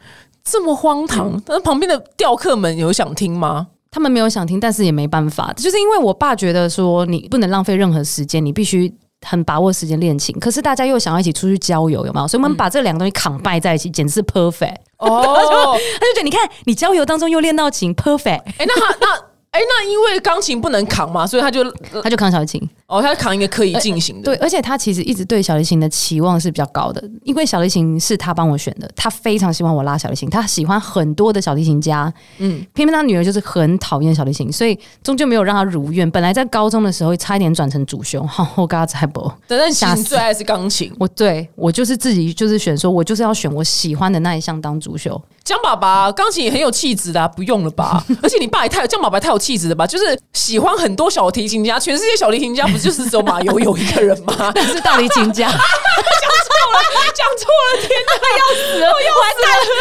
Speaker 1: 这么荒唐，但是嗯旁边的钓客们有想听吗？
Speaker 2: 他们没有想听，但是也没办法，就是因为我爸觉得说你不能浪费任何时间，你必须。很把握时间练琴，可是大家又想要一起出去郊游，有没有？所以我们把这两个东西扛掰在一起，简直是 perfect。
Speaker 1: (laughs) 哦，
Speaker 2: 他就觉得，你看你郊游当中又练到琴，perfect，
Speaker 1: 欸哎、那他那哎、那因为钢琴不能扛嘛，所以他就
Speaker 2: (laughs) 他就扛小提琴。
Speaker 1: 哦，他扛一个刻意进行的，
Speaker 2: 对，而且他其实一直对小提琴的期望是比较高的，因为小提琴是他帮我选的，他非常喜欢我拉小提琴，他喜欢很多的小提琴家，嗯，偏偏他女儿就是很讨厌小提琴，所以终究没有让他如愿。本来在高中的时候差一点转成主修，哈，我嘎才不，
Speaker 1: 对，但其
Speaker 2: 吓
Speaker 1: 实
Speaker 2: 死
Speaker 1: 你最爱是钢琴。
Speaker 2: 我对我就是自己就是选说，我就是要选我喜欢的那一项当主修，
Speaker 1: 江爸爸钢琴也很有气质的、啊，不用了 (laughs) 吧？而且你爸也太江爸爸太有气质了吧？就是喜欢很多小提琴家，全世界小提琴家不就是只有马友友一个人 (laughs) 吗？讲错
Speaker 2: 但是大提琴
Speaker 1: (laughs)
Speaker 2: 家。
Speaker 1: 了，讲错了，天哪，
Speaker 2: 我要死了，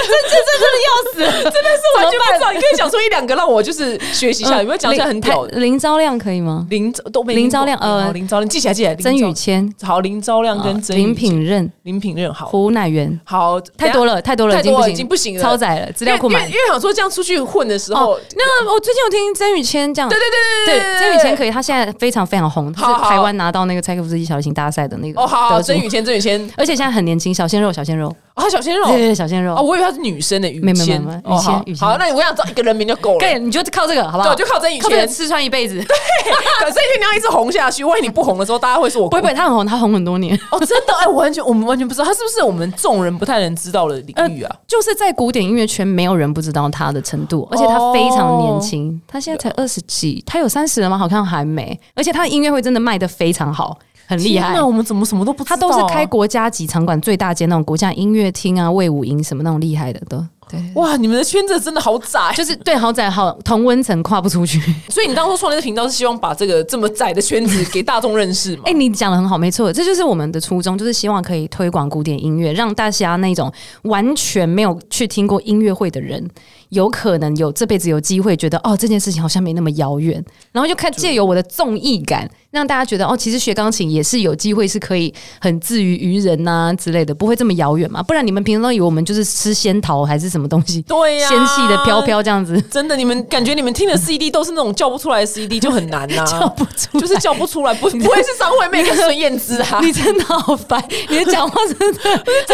Speaker 2: 这这这真的要死了，真的是
Speaker 1: 要完全不知道。你可以讲出一两个让我就是学习一下，有没有
Speaker 2: 呃
Speaker 1: 讲出来很屌的？
Speaker 2: 林林昭亮可以吗？
Speaker 1: 呃林都没哦
Speaker 2: 林昭亮呃
Speaker 1: 好林昭亮记起来记起来，林
Speaker 2: 曾
Speaker 1: 昭
Speaker 2: 宇谦、
Speaker 1: 好，啊林昭亮跟
Speaker 2: 呃
Speaker 1: 曾宇
Speaker 2: 林品任、
Speaker 1: 林品任好
Speaker 2: 胡乃元，
Speaker 1: 好
Speaker 2: 太多。了，太多了，
Speaker 1: 太多了
Speaker 2: 已经不行
Speaker 1: 已经不行了
Speaker 2: 超载了，资
Speaker 1: 资
Speaker 2: 料库满
Speaker 1: 因。为想说这样出去混的时候，
Speaker 2: 哦，那我最近有听曾宇谦这
Speaker 1: (laughs)
Speaker 2: 样，
Speaker 1: 对对对
Speaker 2: 对
Speaker 1: 对对，
Speaker 2: 曾宇谦可以，他现在非常非常红，他
Speaker 1: 好
Speaker 2: 是
Speaker 1: 好
Speaker 2: 台湾拿到那个柴可夫斯基小提琴大赛的那个
Speaker 1: 哦，好
Speaker 2: 得
Speaker 1: 好，
Speaker 2: 主
Speaker 1: 曾，宇谦，曾宇谦，
Speaker 2: 而且现在很年轻，小鲜肉，小鲜肉，
Speaker 1: 啊，小鲜肉，
Speaker 2: 对对对，小鲜
Speaker 1: 哦，
Speaker 2: 肉，
Speaker 1: 我以为她是女生的于
Speaker 2: 没没
Speaker 1: 谦
Speaker 2: 没没，
Speaker 1: 哦
Speaker 2: 于谦
Speaker 1: 好
Speaker 2: 于谦
Speaker 1: 好，那你我想知道一个人名就够了。
Speaker 2: 对，你就靠这个好不
Speaker 1: 对，
Speaker 2: 好？
Speaker 1: 我就靠曾宇
Speaker 2: 靠这个
Speaker 1: 谦。
Speaker 2: 吃穿一辈
Speaker 1: (laughs)
Speaker 2: 子，(laughs)
Speaker 1: 可是你要一直红下去，万一你不红的时候，大家会说我
Speaker 2: 不会不会，他很红，他红很多年。
Speaker 1: (laughs) 哦，真的哎，我完全我们完全不知道，他是不是我们众人不太能知道的领域啊？
Speaker 2: 就是在古典音乐圈，没有人不知道他的程
Speaker 1: 哦
Speaker 2: 度，而且他非常年轻，他现在才二十几，他有三十了吗？好像还没，而且他的音乐会真的卖的非常好，很厉害
Speaker 1: 那。嗯我们怎么什么啊都不知道
Speaker 2: 他
Speaker 1: 啊？
Speaker 2: 都是开国家级场馆最大间那种国家音乐厅啊、魏武营什么那种厉害的都。对，
Speaker 1: 哇，你们的圈子真的好窄。
Speaker 2: 就是对豪宅好同温层跨不出去。
Speaker 1: 所以你当初创立的频道是希望把这个这么窄的圈子给大众认识嘛 (laughs)
Speaker 2: 哎、？你讲的很好，没错，这就是我们的初衷，就是希望可以推广古典音乐，让大家那种完全没有去听过音乐会的人，有可能有这辈子有机会觉得哦，这件事情好像没那么遥远，然后就看借由我的综艺感，让大家觉得哦，其实学钢琴也是有机会是可以很自娱于人呐、之类的，不会这么遥远嘛，不然你们平常都以为我们就是吃仙桃还是什么东西，
Speaker 1: 对呀，
Speaker 2: 纤细的飘。飘这样 (laughs) 子。
Speaker 1: 真的，你们感觉你们听的 CD 都是那种叫不出来的 CD，就很难呐、
Speaker 2: (laughs) 叫不出来
Speaker 1: 就是叫不出来，不不会是张惠妹跟孙燕姿啊？
Speaker 2: 你真的好烦，你的讲话真 (laughs) 的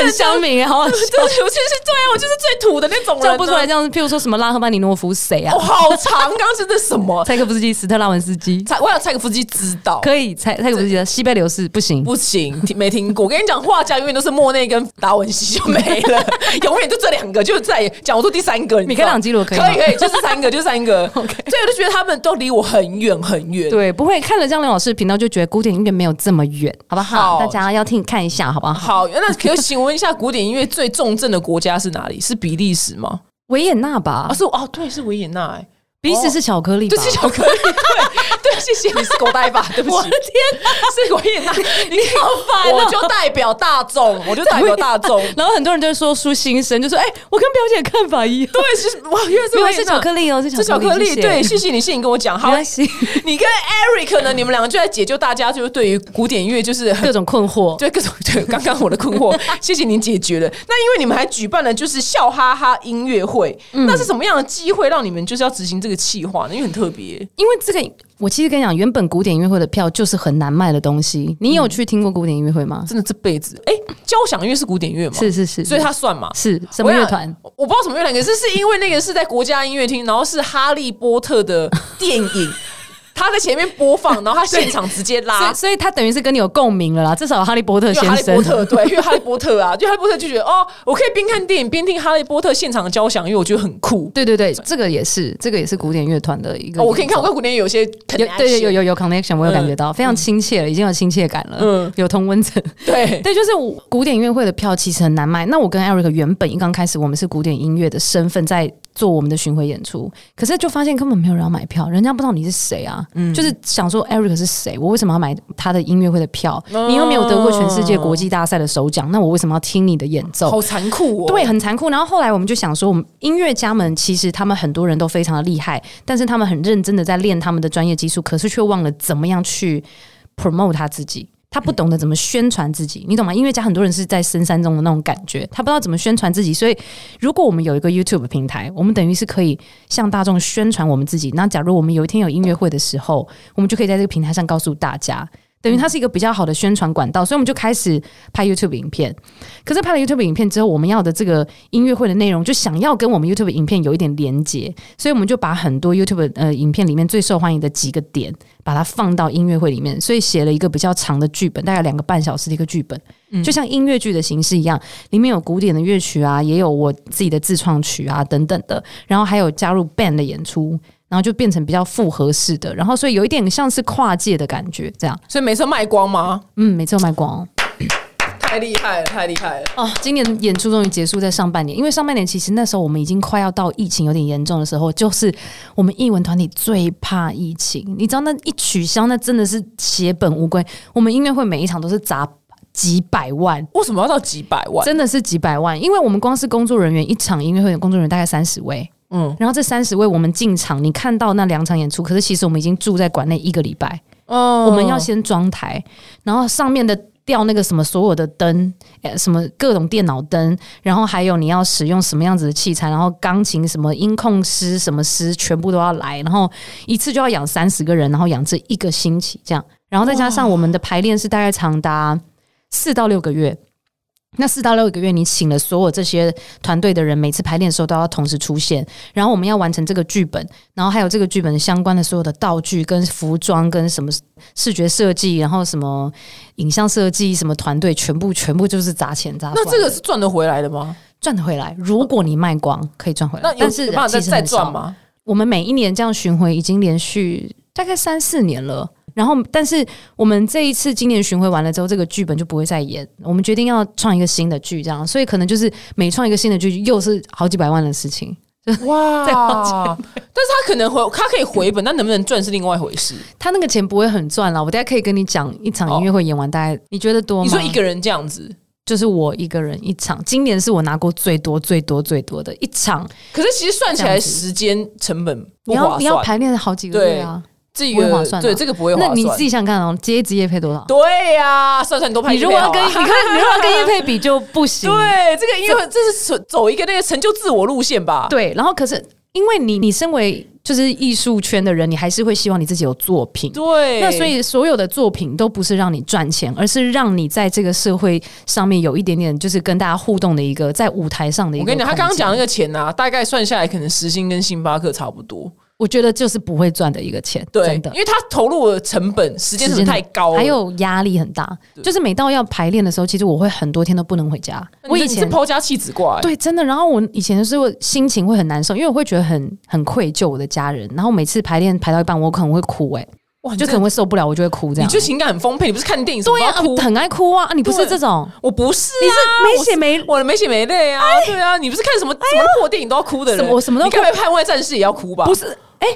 Speaker 2: 很乡民，好好笑。
Speaker 1: (laughs) 对，我就是对啊，我就是最土的那种人，啊
Speaker 2: 叫不出来这。样子，譬如说什么拉赫曼尼诺夫谁啊
Speaker 1: 哦，？好长，刚是这什么？
Speaker 2: 柴可夫斯基、斯特拉文斯基
Speaker 1: 蔡，我想蔡可夫斯基知道，
Speaker 2: 可以，柴柴可夫斯基的西贝流士不行。
Speaker 1: 不行，听没听过。我跟你讲，画家永远都是莫内跟达文西就没了，
Speaker 2: (laughs)
Speaker 1: 永远就这两个，就再也讲不出第三个。你
Speaker 2: 米
Speaker 1: 知道
Speaker 2: 开朗基罗可
Speaker 1: 可
Speaker 2: 以吗
Speaker 1: 以可以，就是三个，就是三
Speaker 2: (laughs)
Speaker 1: 个。OK，所以我就觉得他们都离我很远很远。
Speaker 2: 对，不会看了江良老师的频道就觉得古典音乐没有这么远，好不好？
Speaker 1: 好哦
Speaker 2: 大家要听看一下，好不好？
Speaker 1: 好，那可以请问一下，古典音乐最重症的国家是哪里？是比利时吗？
Speaker 2: 维也纳吧
Speaker 1: 啊，，是哦，对，是维也纳、哎，
Speaker 2: 彼此是巧克力吧
Speaker 1: 对，？是巧克力，对对，谢谢，你是狗呆吧？对不起，我的天，是维也
Speaker 2: (laughs)
Speaker 1: 纳，你好
Speaker 2: 烦哦
Speaker 1: 我就代表大众，我就代表大众。
Speaker 2: 然后很多人就会说出心声，就说：“哎，我跟表姐的看法一样。
Speaker 1: 对，是哇，原来”是
Speaker 2: 原
Speaker 1: 维
Speaker 2: 来
Speaker 1: 也
Speaker 2: 是
Speaker 1: 纳
Speaker 2: 巧克力哦，是
Speaker 1: 是巧
Speaker 2: 巧
Speaker 1: 克力，
Speaker 2: 谢谢
Speaker 1: 对，谢谢你，谢谢你跟我讲。
Speaker 2: 没
Speaker 1: 好，
Speaker 2: 关系，
Speaker 1: 你跟 Eric 呢，你们两个就在解救大家，就是对于古典音乐 (laughs) 就是很
Speaker 2: 各种困惑。
Speaker 1: 对各种对刚刚我的困惑，谢谢您解决了。那因为你们还举办了就是笑哈哈音乐会，那是
Speaker 2: 嗯
Speaker 1: 什么样的机会让你们就是要执行这个计划呢？因为很特别，
Speaker 2: 因为这个，我其实跟你讲，原本古典音乐会的票就是很难卖的东西。你有去听过古典音乐会吗？
Speaker 1: 真的这辈子，哎，交响乐是古典乐嘛，
Speaker 2: 是是是，
Speaker 1: 所以它算嘛。
Speaker 2: 是什
Speaker 1: 我
Speaker 2: 么乐
Speaker 1: 想
Speaker 2: 团？？
Speaker 1: 我不知道什么乐团，可是是因为那个是在国家音乐厅，然后是《哈利波特》的电影，他在前面播放，然后他现场直接
Speaker 2: 所
Speaker 1: 拉
Speaker 2: 以，所以他等于是跟你有共鸣了啦，至少有哈利波特
Speaker 1: 因
Speaker 2: 先
Speaker 1: 为哈利
Speaker 2: 生
Speaker 1: 波。特，对，因为哈利波特啊，就哈利波特就觉得哦，我可以边看电影边听哈利波特现场的交响乐，我觉得很酷。
Speaker 2: 对对对，这个也是，这个也是古典乐团的一个演奏、
Speaker 1: 哦、我可以看，我跟古典有些啊
Speaker 2: 有
Speaker 1: connection,
Speaker 2: 对对有有有 connection，我有感觉到、非常亲切了，已经有亲切感了，嗯
Speaker 1: 嗯，
Speaker 2: 有同温层。
Speaker 1: 对
Speaker 2: 对，就是我古典音乐会的票其实很难卖。那我跟 Eric 原本一刚开始，我们是古典音乐的身份在做我们的巡回演出，可是就发现根本没有人要买票，人家不知道你是谁啊。
Speaker 1: 嗯
Speaker 2: 就是想说 Eric 是谁，啊我为什么要买他的音乐会的票？你又没有得过全世
Speaker 1: 哦
Speaker 2: 界国际大赛的首奖，那我为什么要听你的演奏？
Speaker 1: 好残酷哦。
Speaker 2: 对，很残酷。然后后来我们就想说，我们音乐家们其实他们很多人都非常的厉害，但是他们很认真的在练他们的专业技术，可是却忘了怎么样去 promote 他自己。他不懂得怎么宣传自己，你懂吗？音乐家很多人是在深山中的那种感觉，他不知道怎么宣传自己。所以，如果我们有一个 YouTube 平台，我们等于是可以向大众宣传我们自己。那假如我们有一天有音乐会的时候，我们就可以在这个平台上告诉大家。等于它是一个比较好的宣传管道，所以我们就开始拍 YouTube 影片。可是拍了 YouTube 影片之后，我们要的这个音乐会的内容就想要跟我们 YouTube 影片有一点连接，所以我们就把很多 YouTube 呃影片里面最受欢迎的几个点，把它放到音乐会里面，所以写了一个比较长的剧本，大概两个半小时的一个剧本，就像音乐剧的形式一样，里面有古典的乐曲啊，也有我自己的自创曲啊等等的，然后还有加入 band 的演出。然后就变成比较复合式的，然后所以有一点像是跨界的感觉，这样。
Speaker 1: 所以每次卖光吗？
Speaker 2: 嗯，每次都卖光哦
Speaker 1: 太厉害了，太厉害了！
Speaker 2: 哦。今年演出终于结束在上半年，因为上半年其实那时候我们已经快要到疫情有点严重的时候，就是我们艺文团体最怕疫情。你知道那一取消，那真的是血本无归。我们音乐会每一场都是砸几百万。
Speaker 1: 为什么要到几百万？
Speaker 2: 真的是几百万，因为我们光是工作人员一场音乐会的工作人员大概三十位，
Speaker 1: 嗯
Speaker 2: 嗯，然后这三十位我们进场，你看到那两场演出，可是其实我们已经住在馆内一个礼拜，
Speaker 1: 哦
Speaker 2: 我们要先装台，然后上面的吊那个什么所有的灯，呃，什么各种电脑灯，然后还有你要使用什么样子的器材，然后钢琴什么音控师什么师全部都要来，然后一次就要养三十个人，然后养这一个星期这样，然后再加上我们的排练是大概长达四到六个月。那四到六个月，你请了所有这些团队的人，每次排练的时候都要同时出现。然后我们要完成这个剧本，然后还有这个剧本相关的所有的道具、跟服装、跟什么视觉设计，然后什么影像设计，什么团队，全部全部就是砸钱砸。
Speaker 1: 那这个是赚得回来的吗？
Speaker 2: 赚得回来，如果你卖光可以赚回来
Speaker 1: 那，有
Speaker 2: 呃但是
Speaker 1: 有办法再
Speaker 2: 其实
Speaker 1: 再
Speaker 2: 很少
Speaker 1: 赚？吗？
Speaker 2: 我们每一年这样巡回已经连续大概三四年了。然后，但是我们这一次今年巡回完了之后，这个剧本就不会再演。我们决定要创一个新的剧，这样，所以可能就是每创一个新的剧，又是好几百万的事情。
Speaker 1: 哇！
Speaker 2: (laughs) 再花
Speaker 1: 但是他可能回，他可以回本，但能不能赚是另外一回事。
Speaker 2: 他那个钱不会很赚啦，我大家可以跟你讲，一场
Speaker 1: 哦
Speaker 2: 音乐会演完大概、你觉得多吗？
Speaker 1: 你说一个人这样子，
Speaker 2: 就是我一个人一场，今年是我拿过最多最多最多的一场。
Speaker 1: 可是其实算起
Speaker 2: 这
Speaker 1: 来
Speaker 2: 样子
Speaker 1: 时间成本不
Speaker 2: 你要
Speaker 1: 划
Speaker 2: 你要
Speaker 1: 算。
Speaker 2: 排练好几个月啊，
Speaker 1: 这
Speaker 2: 不会划
Speaker 1: 个
Speaker 2: 算啊
Speaker 1: 对这个不会划
Speaker 2: 那
Speaker 1: 算。
Speaker 2: 你自己想想看哦，接一支夜配多少？
Speaker 1: 对呀，算算你都拍
Speaker 2: 你
Speaker 1: 一倍
Speaker 2: 如
Speaker 1: 好
Speaker 2: 果
Speaker 1: 了。
Speaker 2: 要跟你看，你如果要跟叶佩比就不行。
Speaker 1: 啊 (laughs) 对啊这个，因为这是走走一个那个成就自我路线吧。
Speaker 2: 对，然后可是因为你你身为就是艺术圈的人，你还是会希望你自己有作品。
Speaker 1: 对，
Speaker 2: 那所以所有的作品都不是让你赚钱，而是让你在这个社会上面有一点点就是跟大家互动的一个在舞台上的一个。
Speaker 1: 我跟你讲，他刚刚讲那，个钱啊，大概算下来可能时薪跟星巴克差不多。
Speaker 2: 我觉得就是不会赚的一个钱，
Speaker 1: 对
Speaker 2: 真，的
Speaker 1: 因。为他投入的成本时间
Speaker 2: 时
Speaker 1: 成本
Speaker 2: 间
Speaker 1: 太高了。
Speaker 2: 还有压力很大，就是每到要排练的时候，其实我会很多天都不能回家。我以
Speaker 1: 你是
Speaker 2: 前
Speaker 1: 抛家弃子挂、欸，
Speaker 2: 对，真的。然后我以前就是我心情会很难受，因为我会觉得很很愧疚我的家人。然后每次排练排到一半，我可能会哭、欸，
Speaker 1: 哇，哦你
Speaker 2: 就
Speaker 1: 就
Speaker 2: 可能会受不了，我就会哭这
Speaker 1: 你
Speaker 2: 样。
Speaker 1: 就情感很丰沛，你不是看电影什么都
Speaker 2: 对呀、
Speaker 1: 要
Speaker 2: 啊，
Speaker 1: 哭？
Speaker 2: 很爱哭啊！啊你不是
Speaker 1: 对
Speaker 2: 这种，
Speaker 1: 我不是
Speaker 2: 你
Speaker 1: 啊，
Speaker 2: 是没哎血没
Speaker 1: 我没血没泪啊，对啊，你不是看什么什么破电影都要哭的
Speaker 2: 哎什
Speaker 1: 人，
Speaker 2: 么我什么都
Speaker 1: 你该不会《捍卫战士》也要哭吧？
Speaker 2: 不是？哎、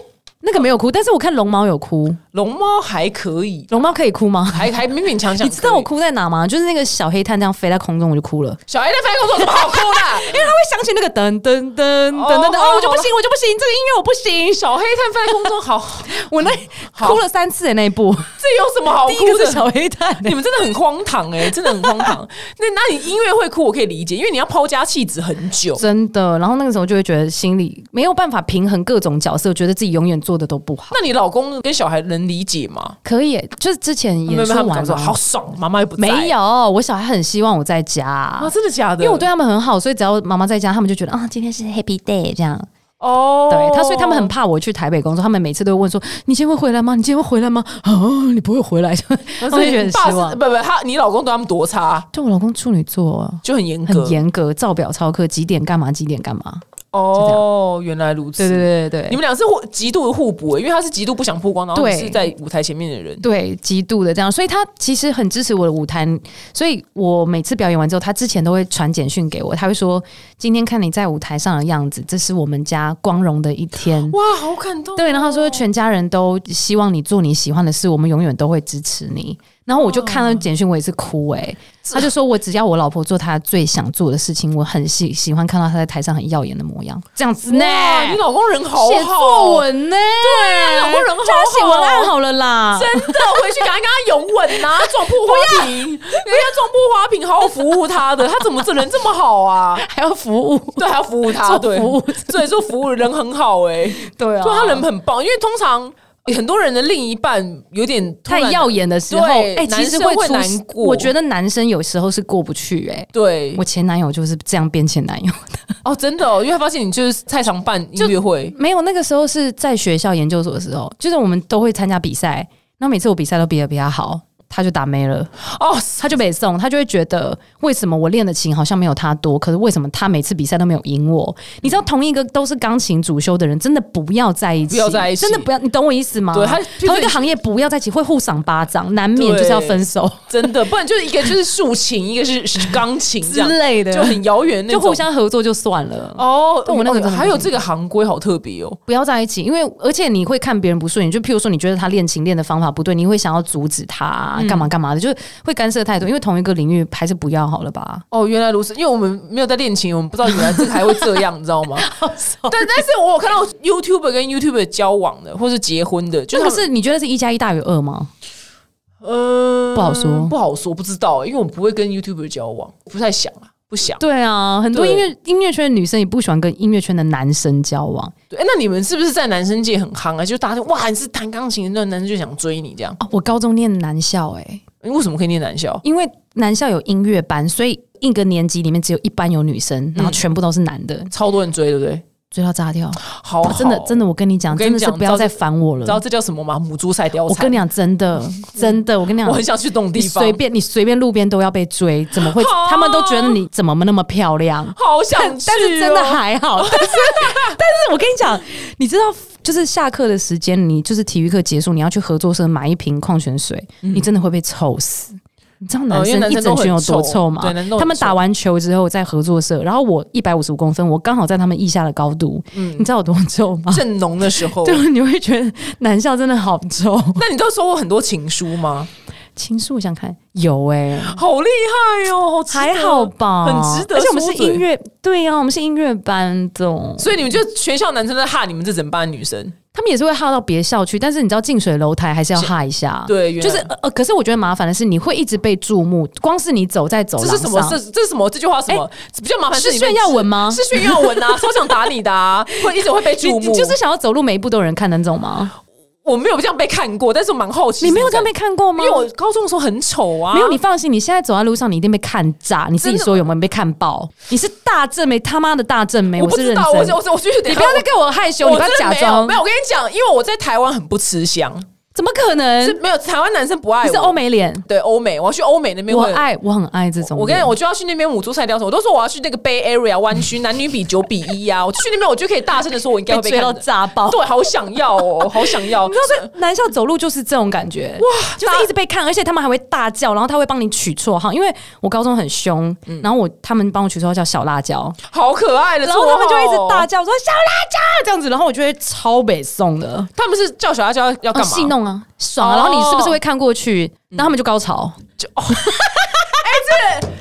Speaker 2: 那个没有哭，但是我看龙猫有哭，
Speaker 1: 龙猫还可以，
Speaker 2: 龙猫可以哭
Speaker 1: (laughs)
Speaker 2: 吗？
Speaker 1: 还还勉勉强强可以。
Speaker 2: 你知道我哭在哪吗？就是那个小黑炭这样飞在空中，我就哭了，
Speaker 1: 小孩在翻工作怎么好哭啦？
Speaker 2: (laughs) 因为它会响起那个噔噔噔噔噔噔，
Speaker 1: 哦
Speaker 2: 哦，我就不行，我就不行，这个音乐我不行，
Speaker 1: 小黑炭翻在空中好， (laughs)
Speaker 2: 我那
Speaker 1: 好
Speaker 2: (laughs) 哭了三次的那一部，
Speaker 1: 这有什么好
Speaker 2: (laughs) 第一
Speaker 1: 哦哭
Speaker 2: 个是
Speaker 1: 的？
Speaker 2: 小黑炭、
Speaker 1: (laughs) 你们真的很荒唐哎、真的很荒唐。 (laughs) 那那你音乐会哭我可以理解，因为你要抛家弃子很久。
Speaker 2: (laughs) 真的，然后那个时候就会觉得心里没有办法平衡各种角色，觉得自己永远做的都不好。
Speaker 1: 那你老公跟小孩能理解吗？
Speaker 2: 可以耶，就是之前
Speaker 1: 没有，
Speaker 2: 演
Speaker 1: 没有
Speaker 2: 出
Speaker 1: 他们
Speaker 2: 完
Speaker 1: 讲说
Speaker 2: 了，
Speaker 1: 好爽，妈妈又不在
Speaker 2: 没有，我小孩很希望我在家，
Speaker 1: 啊，真的假的？
Speaker 2: 因为我对他们很好，所以只要妈妈在家，他们就觉得啊，今天是 Happy Day 这样。
Speaker 1: 哦，
Speaker 2: 对他，所以他们很怕我去台北工作，他们每次都会问说：“你今天会回来吗？你今天会回来吗？” (laughs) 哦，你不会回来，他
Speaker 1: 那
Speaker 2: 们 (laughs) 就觉得
Speaker 1: 是
Speaker 2: 很
Speaker 1: 你
Speaker 2: 失
Speaker 1: 爸是
Speaker 2: 望。
Speaker 1: 不不，他你老公对他们多差，
Speaker 2: 就我老公处女座啊，
Speaker 1: 就很严格，
Speaker 2: 很严格，照表操课，几点干嘛，几点干嘛。
Speaker 1: 哦，原来如此。
Speaker 2: 对对对对
Speaker 1: 你
Speaker 2: 对。
Speaker 1: 们俩是互极度的互补、欸，因为他是极度不想曝光，然后你
Speaker 2: 对
Speaker 1: 是在舞台前面的人。
Speaker 2: 对，极度的这样，所以他其实很支持我的舞台，所以我每次表演完之后，他之前都会传简讯给我，他会说：“今天看你在舞台上的样子，这是我们家光荣的一天。”
Speaker 1: 哇，好感动哦、
Speaker 2: 对，然后他说全家人都希望你做你喜欢的事，我们永远都会支持你。然后我就看到简讯，我也是哭诶、他就说我只要我老婆做她最想做的事情，我很喜喜欢看到她在台上很耀眼的模样，这样子呢。
Speaker 1: 哇你老公人好哦好，
Speaker 2: 写作文呢、对
Speaker 1: 啊你老公人好
Speaker 2: 叫他写文案好了啦。
Speaker 1: (laughs) 真的回去赶快跟他拥吻呐、啊，撞破花瓶，人家撞破花瓶，好好服务他的，他怎么这人这么好 (laughs) 啊？
Speaker 2: 还要服务，
Speaker 1: 对，还要服务他，
Speaker 2: 做
Speaker 1: 对，
Speaker 2: 服务
Speaker 1: (laughs) 对，做服务人很好哎、欸，
Speaker 2: 对啊
Speaker 1: 对，他人很棒，因为通常。很多人的另一半有点突然
Speaker 2: 太耀眼的时候，
Speaker 1: 对
Speaker 2: 哎、其实
Speaker 1: 男生会
Speaker 2: 出
Speaker 1: 难过
Speaker 2: 我觉得男生有时候是过不去、哎，
Speaker 1: 对
Speaker 2: 我前男友就是这样变前男友。
Speaker 1: 哦，真的哦，因为他发现你就是太常办音乐会，
Speaker 2: (laughs) 没有，那个时候是在学校研究所的时候，就是我们都会参加比赛，那每次我比赛都比得比他好，他就打没了，
Speaker 1: 哦，
Speaker 2: 他就北送，他就会觉得为什么我练的琴好像没有他多，可是为什么他每次比赛都没有赢我？你知道，同一个都是钢琴主修的人，真的不要在一起，
Speaker 1: 不要在一起
Speaker 2: 真的不要，你懂我意思吗？
Speaker 1: 对他
Speaker 2: 同一个行业不要在一起，会互赏巴掌，难免
Speaker 1: 对
Speaker 2: 就是要分手
Speaker 1: 真的，不然就是一个就是竖琴，一个是钢琴，这
Speaker 2: 之
Speaker 1: (laughs) 样
Speaker 2: 类的，
Speaker 1: 就很遥远那
Speaker 2: 就
Speaker 1: 种。
Speaker 2: 互相合作就算了。
Speaker 1: 哦，
Speaker 2: 但我那个真的
Speaker 1: 哦
Speaker 2: 不行
Speaker 1: 还有这个行规好特别哦，
Speaker 2: 不要在一起，因为而且你会看别人不顺眼，就譬如说你觉得他练琴练的方法不对，你会想要阻止他啊干嘛干嘛的，就是会干涉太多。因为同一个领域还是不要好了吧？
Speaker 1: 哦，原来如此，因为我们没有在练琴，我们不知道原来这个还会这样，你知道
Speaker 2: (laughs)
Speaker 1: 吗？但但是我有看到 YouTube 跟 YouTube 交往的，或是结婚的，就是
Speaker 2: 这个
Speaker 1: 他们
Speaker 2: 是你觉得是一加一大于二吗？
Speaker 1: 呃
Speaker 2: 不好说
Speaker 1: 不好说，不知道、欸因为我们不会跟 YouTube 交往，不太想啊，不想。
Speaker 2: 对啊，很多
Speaker 1: 对
Speaker 2: 音乐音乐圈的女生也不喜欢跟音乐圈的男生交往
Speaker 1: 对，哎那你们是不是在男生界很夯啊？就大家就哇，你是弹钢琴的，那男生就想追你这样。
Speaker 2: 哦。我高中念男校、欸，
Speaker 1: 你为什么可以念男校？
Speaker 2: 因为男校有音乐班，所以一个年级里面只有一班有女生，然后全部都是男的，
Speaker 1: 超多人追，对不对？
Speaker 2: 追到炸掉。
Speaker 1: 好好，
Speaker 2: 啊真的真的，我跟你讲，
Speaker 1: 我跟你
Speaker 2: 真的是
Speaker 1: 讲
Speaker 2: 不要
Speaker 1: 知道
Speaker 2: 再烦我
Speaker 1: 你
Speaker 2: 了
Speaker 1: 知。道这叫什么吗？母猪赛貂
Speaker 2: 我跟
Speaker 1: 蝉
Speaker 2: 你。讲，真的，真的，我跟你讲，
Speaker 1: 嗯我很想去这种
Speaker 2: 你
Speaker 1: 地方啊
Speaker 2: 随，便你随便路边都要被追，怎么会？他们都觉得你怎么那么漂亮？
Speaker 1: 好想去、
Speaker 2: (laughs)
Speaker 1: 哦
Speaker 2: 但但是真的，还好，但是 (laughs) 但是我跟你讲，你知道，就是下课的时间，你就是体育课结束，你要去合作社买一瓶矿泉水，你真的会被臭死。你知道男
Speaker 1: 嗯哦因为男
Speaker 2: 生
Speaker 1: 生
Speaker 2: 一
Speaker 1: 都
Speaker 2: 整
Speaker 1: 很
Speaker 2: 群有多
Speaker 1: 臭
Speaker 2: 臭吗？
Speaker 1: 对男生都很
Speaker 2: 他们打
Speaker 1: 臭
Speaker 2: 完球之后在合作社，然后我一百五十五公分，我刚好在他们腋下的高度，
Speaker 1: 嗯
Speaker 2: 你知道有多臭吗？
Speaker 1: 正浓的时
Speaker 2: (laughs)
Speaker 1: 候。
Speaker 2: 就你会觉得男校真的好臭。
Speaker 1: (laughs) 那你都收过很多情书吗？
Speaker 2: 情书，我想看有哎、
Speaker 1: 好厉害哦，好值得
Speaker 2: 还好吧，
Speaker 1: 很值得
Speaker 2: 而且我们是
Speaker 1: 说嘴
Speaker 2: 音乐，对啊呀、我们是音乐班的，
Speaker 1: 所以你们就学校男生在哈你们这整班的女生，
Speaker 2: 他们也是会哈到别校去，但是你知道近水楼台还是要哈一下。
Speaker 1: 对，原来
Speaker 2: 就是呃呃，可是我觉得麻烦的是，你会一直被注目，光是你走在走廊
Speaker 1: 这
Speaker 2: 上，
Speaker 1: 是什么？这这是什么？这句话是什么？比较麻烦
Speaker 2: 哎是
Speaker 1: 你们
Speaker 2: 炫耀文吗
Speaker 1: 是炫耀文啊， (laughs) 超想打你的，啊，会一直会被
Speaker 2: 你
Speaker 1: 注
Speaker 2: 你
Speaker 1: 目。哦
Speaker 2: 就是想要走路每一步都有人看的那种吗？
Speaker 1: 我没有这样被看过，但是我蛮好奇，
Speaker 2: 你没有这样被，看过吗？
Speaker 1: 因为我高中的时候很丑啊，
Speaker 2: 没有，你放心，你现在走在路上，你一定被看炸，你自己
Speaker 1: 真的
Speaker 2: 说有没有被看爆？你是大正妹，他妈的大正妹，
Speaker 1: 我
Speaker 2: 我
Speaker 1: 不
Speaker 2: 是
Speaker 1: 知
Speaker 2: 认
Speaker 1: 道，我我。
Speaker 2: 真
Speaker 1: 我我就是有点
Speaker 2: 你不要再跟我害羞，
Speaker 1: 我
Speaker 2: 你不要
Speaker 1: 真的
Speaker 2: 假
Speaker 1: 没有
Speaker 2: 装
Speaker 1: 没，有，我跟你讲，因为我在台湾很不吃香，
Speaker 2: 怎么可能？
Speaker 1: 是没有台湾男生不爱
Speaker 2: 你
Speaker 1: 我。
Speaker 2: 是欧美脸，
Speaker 1: 对欧美，我要去欧美那边
Speaker 2: 我
Speaker 1: 会。
Speaker 2: 爱，我很爱这种脸。
Speaker 1: 我跟你讲，我就要去那边母猪赛貂蝉，我都说我要去那个 Bay Area 湾区，男女比九比一啊！我 (laughs) 去那边，我就可以大声的说，我应该会
Speaker 2: 被追
Speaker 1: 看
Speaker 2: 到
Speaker 1: 的
Speaker 2: 炸爆。
Speaker 1: 对，好想要
Speaker 2: (laughs)
Speaker 1: 哦，好想要。
Speaker 2: 你知道，在男校走路就是这种感觉，哇，就是一直被看，而且他们还会大叫，然后他会帮你取绰号，因为我高中很凶，
Speaker 1: 嗯
Speaker 2: 然后我他们帮我取绰号叫小辣椒，
Speaker 1: 好可爱的
Speaker 2: 然
Speaker 1: 绰号
Speaker 2: 后
Speaker 1: 哦，
Speaker 2: 他们就一直大叫说小辣椒这样子，然后我就会超北宋的，
Speaker 1: 他们是叫小辣椒要
Speaker 2: 哦
Speaker 1: 干嘛？
Speaker 2: 戏弄啊，爽啊，
Speaker 1: 哦
Speaker 2: 然后你是不是会看过去？那他们就高潮，
Speaker 1: 嗯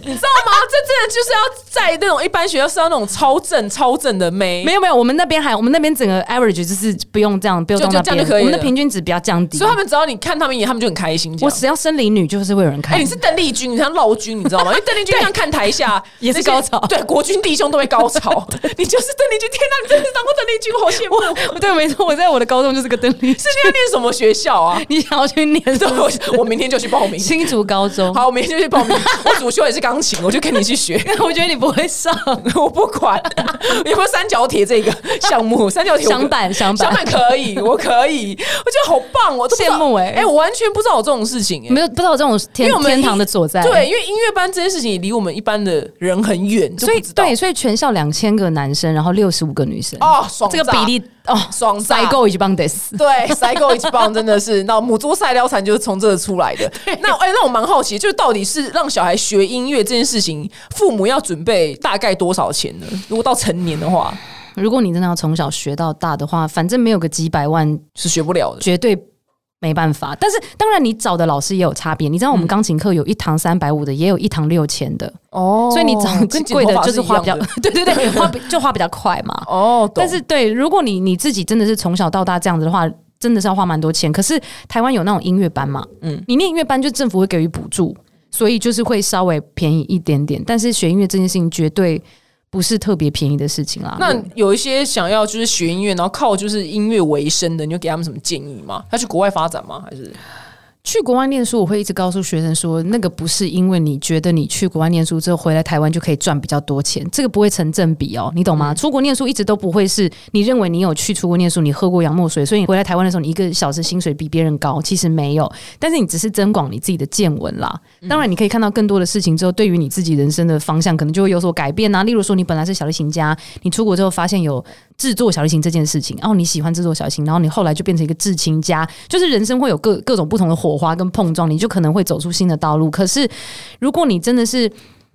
Speaker 1: 你知道吗？ (laughs) 这真的就是要在那种一般学校是要那种超正超正的妹，
Speaker 2: 没有没有，我们那边还我们那边整个 average 就是不用这样，不用到
Speaker 1: 就
Speaker 2: 那
Speaker 1: 这样
Speaker 2: 边，
Speaker 1: 就可以
Speaker 2: 我们的
Speaker 1: 了
Speaker 2: 平均值比较降低
Speaker 1: 所以。他们只要你看他们一眼，他们就很开心。这
Speaker 2: 我
Speaker 1: 样。
Speaker 2: 只要生理女，就是会有人
Speaker 1: 哎、
Speaker 2: 看。
Speaker 1: 你是邓丽君，你像老君，你知道
Speaker 2: (laughs)
Speaker 1: 吗？因为邓丽君这样看台下
Speaker 2: 也是
Speaker 1: 那些
Speaker 2: 高潮
Speaker 1: 对，国军弟兄都会高潮。
Speaker 2: (laughs)
Speaker 1: 你就是邓丽君，天哪，你真的是当过邓丽君，我好羡慕。
Speaker 2: 我 (laughs) 对，没错，我在我的高中就是个邓丽君。
Speaker 1: 是要念什么学校
Speaker 2: (laughs)
Speaker 1: 啊？
Speaker 2: 你想要去念
Speaker 1: 对，
Speaker 2: 什么？
Speaker 1: 我我明天就去报名。
Speaker 2: (laughs) 新竹高中。
Speaker 1: 好，我明天就去报名。我主修也是钢琴，我就跟你去学。
Speaker 2: (laughs)
Speaker 1: (laughs)
Speaker 2: 我觉得你不会上
Speaker 1: 我不管， (laughs) 有没有三角铁这个项目？三角铁我
Speaker 2: 想板想板
Speaker 1: 想板可以，我可以，我觉得好棒哦，我都不知道
Speaker 2: 羡慕欸
Speaker 1: 哎，我完全不知道有这种事情哎、
Speaker 2: 没有不知道这种
Speaker 1: 因
Speaker 2: 天
Speaker 1: 为我们
Speaker 2: 天堂的所在。
Speaker 1: 对，，因为音乐班这件事情也离我们一般的人很远，就
Speaker 2: 所以
Speaker 1: 不知道
Speaker 2: 对，所以全校两千个男生，然后六十五个女生，
Speaker 1: 哦，爽
Speaker 2: 这个
Speaker 1: 炸
Speaker 2: 比例哦，
Speaker 1: 爽炸
Speaker 2: 塞够一棒得
Speaker 1: (laughs)
Speaker 2: 死。
Speaker 1: 对，塞够一棒真的是，那母猪赛貂蝉就是从这出来 (laughs) 的。那哎、那我蛮好奇，就是到底是让小孩学音乐这件事情，父母要准备大概多少钱呢？如果到成年的话，
Speaker 2: 如果你真的要从小学到大的话，反正没有个几百万，
Speaker 1: 是学不了的。
Speaker 2: 绝对。没办法，但是当然，你找的老师也有差别。你知道，我们钢琴课有一堂三百五的，也有一堂六千的，
Speaker 1: 哦
Speaker 2: 所以你找
Speaker 1: 跟剪
Speaker 2: 贵
Speaker 1: 头
Speaker 2: 的
Speaker 1: 发
Speaker 2: 就是
Speaker 1: 一
Speaker 2: 是花
Speaker 1: 样
Speaker 2: 比较
Speaker 1: 的。，
Speaker 2: (laughs) 对对对，花比就花比较快嘛。
Speaker 1: (laughs) 哦，懂
Speaker 2: 但是对，如果你你自己真的是从小到大这样子的话，真的是要花蛮多钱。可是台湾有那种音乐班嘛，嗯，你念音乐班就政府会给予补助，所以就是会稍微便宜一点点。但是学音乐这件事情绝对。不是特别便宜的事情啦。
Speaker 1: 那有一些想要就是学音乐，然后靠就是音乐为生的，你就给他们什么建议吗？他去国外发展吗？还是
Speaker 2: 去国外念书，我会一直告诉学生说，那个不是因为你觉得你去国外念书之后回来台湾就可以赚比较多钱，这个不会成正比哦，你懂吗？出国念书一直都不会是你认为你有去出国念书，你喝过洋墨水，所以你回来台湾的时候，你一个小时薪水比别人高，其实没有，但是你只是增广你自己的见闻啦。当然，你可以看到更多的事情之后，对于你自己人生的方向可能就会有所改变啊。例如说，你本来是小提琴家，你出国之后发现有制作小提琴这件事情，然后你喜欢制作小提琴，然后你后来就变成一个制琴家，就是人生会有各各种不同的火花跟碰撞，你就可能会走出新的道路。可是，如果你真的是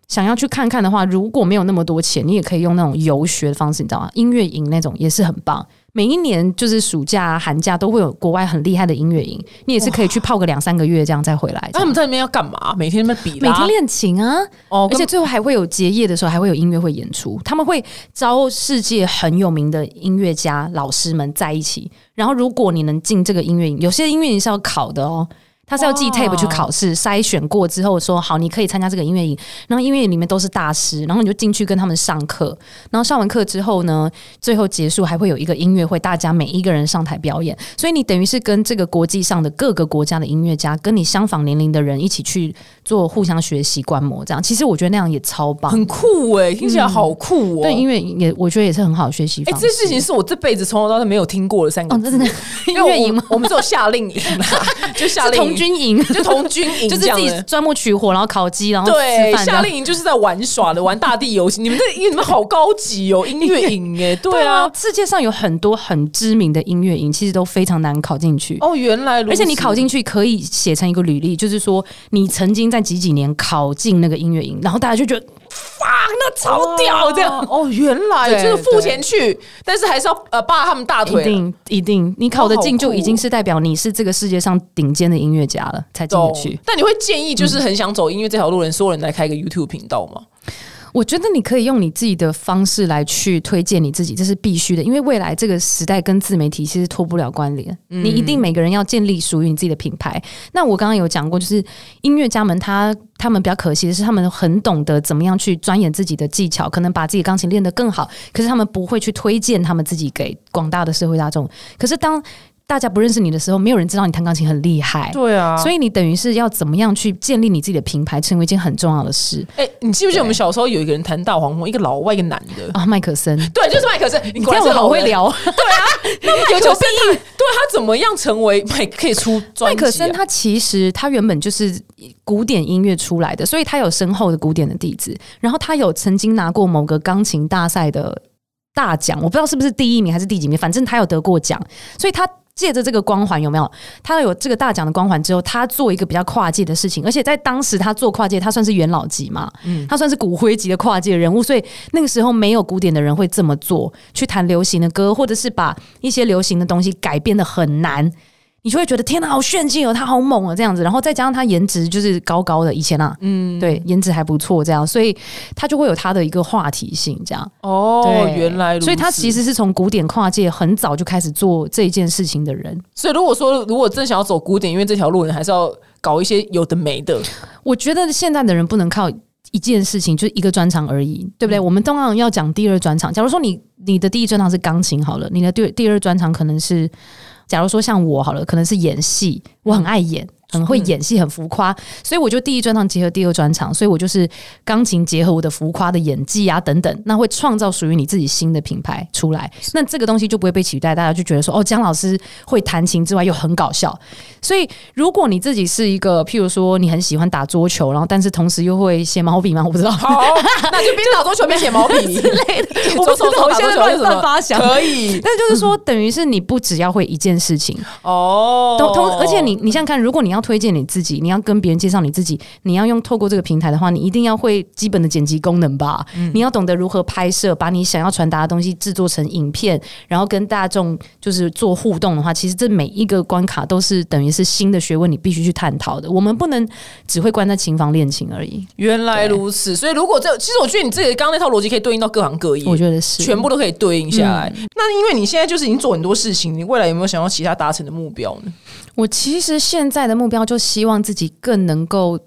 Speaker 2: 想要去看看的话，如果没有那么多钱，你也可以用那种游学的方式，你知道吗？音乐营那种也是很棒。每一年就是暑假、啊、寒假都会有国外很厉害的音乐营，你也是可以去泡个两三个月，这样再回来。
Speaker 1: 那他们在那边要干嘛？每天在那边比
Speaker 2: 每
Speaker 1: 啦，
Speaker 2: 天练琴啊，
Speaker 1: 哦，
Speaker 2: 而
Speaker 1: 跟
Speaker 2: 且最后还会有结业的时候，还会有音乐会演出，他们会招世界很有名的音乐家老师们在一起。然后，如果你能进这个音乐营，有些音乐营是要考的哦。他是要寄
Speaker 1: 哇
Speaker 2: tape 去考试，筛选过之后说好，你可以参加这个音乐营。然后音乐营里面都是大师，然后你就进去跟他们上课。然后上完课之后呢，最后结束还会有一个音乐会，大家每一个人上台表演。所以你等于是跟这个国际上的各个国家的音乐家，跟你相仿年龄的人一起去做互相学习观摩，这样其实我觉得那样也超棒。
Speaker 1: 很酷哎、听起来好酷哦、
Speaker 2: 对，音乐也我觉得也是很好的学习
Speaker 1: 哎、
Speaker 2: 方式。
Speaker 1: 这事情是我这辈子从头到尾没有听过的三个
Speaker 2: 哦，
Speaker 1: 字，
Speaker 2: 真的音乐营
Speaker 1: 因为
Speaker 2: 吗？
Speaker 1: 我我们只有夏令营啦，
Speaker 2: (laughs)
Speaker 1: 就夏
Speaker 2: 是
Speaker 1: 令
Speaker 2: 童
Speaker 1: 营，
Speaker 2: 军营，
Speaker 1: (laughs) 就童军营，
Speaker 2: 就是自己。钻木取火，然后烤鸡，然后
Speaker 1: 对
Speaker 2: 吃，饭这
Speaker 1: 夏
Speaker 2: 样。
Speaker 1: 令营就是在玩耍的，玩大地游戏。你们这你们好高级哦，音乐营
Speaker 2: (laughs)
Speaker 1: 哎，对啊，，
Speaker 2: 世界上有很多很知名的音乐营，其实都非常难考进去。
Speaker 1: 哦，原来如此，
Speaker 2: 而且你考进去可以写成一个履历，就是说你曾经在几几年考进那个音乐营，然后大家就觉得
Speaker 1: 超屌这样哦，原来
Speaker 2: 对
Speaker 1: 就是付钱去，但是还是要呃扒他们大
Speaker 2: 一
Speaker 1: 腿啊。
Speaker 2: 定一定，你考得进就已经是代表你是这个世界上顶尖的音乐家了，才进得
Speaker 1: 懂
Speaker 2: 去。，嗯
Speaker 1: 但你会建议就是很想走音乐这条路的人，所有人来开一个 YouTube 频道吗？
Speaker 2: 我觉得你可以用你自己的方式来去推荐你自己，这是必须的，因为未来这个时代跟自媒体其实脱不了关联。
Speaker 1: 嗯
Speaker 2: 你一定每个人要建立属于你自己的品牌。那我刚刚有讲过，就是音乐家们他他们比较可惜的是，他们很懂得怎么样去钻研自己的技巧，可能把自己钢琴练得更好，可是他们不会去推荐他们自己给广大的社会大众。可是当大家不认识你的时候，没有人知道你弹钢琴很厉害。
Speaker 1: 对啊
Speaker 2: 所以你等于是要怎么样去建立你自己的品牌，成为一件很重要的事
Speaker 1: 哎、你记不记得我们小时候有一个人弹大黄蜂，一个老外，一个男的。
Speaker 2: 啊！麦克森，
Speaker 1: 对，就是麦克森，你
Speaker 2: 你
Speaker 1: 果
Speaker 2: 看
Speaker 1: 然
Speaker 2: 我
Speaker 1: 是
Speaker 2: 好
Speaker 1: 老
Speaker 2: 会
Speaker 1: 人。
Speaker 2: 聊， (laughs)
Speaker 1: 有求必应。对他怎么样成为麦可以出专辑、啊？
Speaker 2: 麦克森他其实他原本就是古典音乐出来的，所以他有深厚的古典的底子。然后他有曾经拿过某个钢琴大赛的大奖，我不知道是不是第一名还是第几名，反正他有得过奖，所以他。借着这个光环有没有？他有这个大奖的光环之后，他做一个比较跨界的事情，而且在当时他做跨界，他算是元老级嘛，
Speaker 1: 嗯
Speaker 2: 他算是骨灰级的跨界人物，所以那个时候没有古典的人会这么做，去弹流行的歌，或者是把一些流行的东西改变的很难，你就会觉得天哪，好炫技哦，他好猛哦，这样子。然后再加上他颜值就是高高的，以前啊，嗯，对，颜值还不错，这样，所以他就会有他的一个话题性，这样。
Speaker 1: 哦，
Speaker 2: 对
Speaker 1: 原来如此。
Speaker 2: 所以他其实是从古典跨界很早就开始做这件事情的人。
Speaker 1: 所以如果说如果真想要走古典音乐这条路，你还是要搞一些有的没
Speaker 2: (laughs)
Speaker 1: 的。
Speaker 2: 我觉得现在的人不能靠一件事情，就是一个专长而已，对不
Speaker 1: 嗯
Speaker 2: 对？我们通常要讲第二专长。假如说你你的第一专长是钢琴好了，你的第第二专长可能是，假如说像我好了，可能是演戏，我很爱演。很会演戏，很浮夸，所以我就第一专长结合第二专长，所以我就是钢琴结合我的浮夸的演技啊等等，那会创造属于你自己新的品牌出来。那这个东西就不会被取代，大家就觉得说哦，姜老师会弹琴之外又很搞笑，所以如果你自己是一个，譬如说你很喜欢打桌球，然后但是同时又会写毛笔吗？我不知道。
Speaker 1: 好，那就边打桌球边写毛 (laughs) 笔之类的
Speaker 2: 我不知道我现在乱乱发想
Speaker 1: 啊可以
Speaker 2: 但就是说，等于是你不只要会一件事情，
Speaker 1: 哦。
Speaker 2: 同同，而且你你想想看，如果你要推荐你自己，你要跟别人介绍你自己，你要用透过这个平台的话，你一定要会基本的剪辑功能吧？你要懂得如何拍摄，把你想要传达的东西制作成影片，然后跟大众就是做互动的话，其实这每一个关卡都是等于是新的学问，你必须去探讨的。我们不能只会关在琴房练琴而已。
Speaker 1: 原来如此。所以如果这其实我觉得你自己刚刚那套逻辑可以对应到各行各业。
Speaker 2: 我觉得是嗯
Speaker 1: 全部都可以对应下来。那因为你现在就是已经做很多事情，你未来有没有想要其他达成的目标呢？
Speaker 2: 我其实现在的目标就希望自己更能够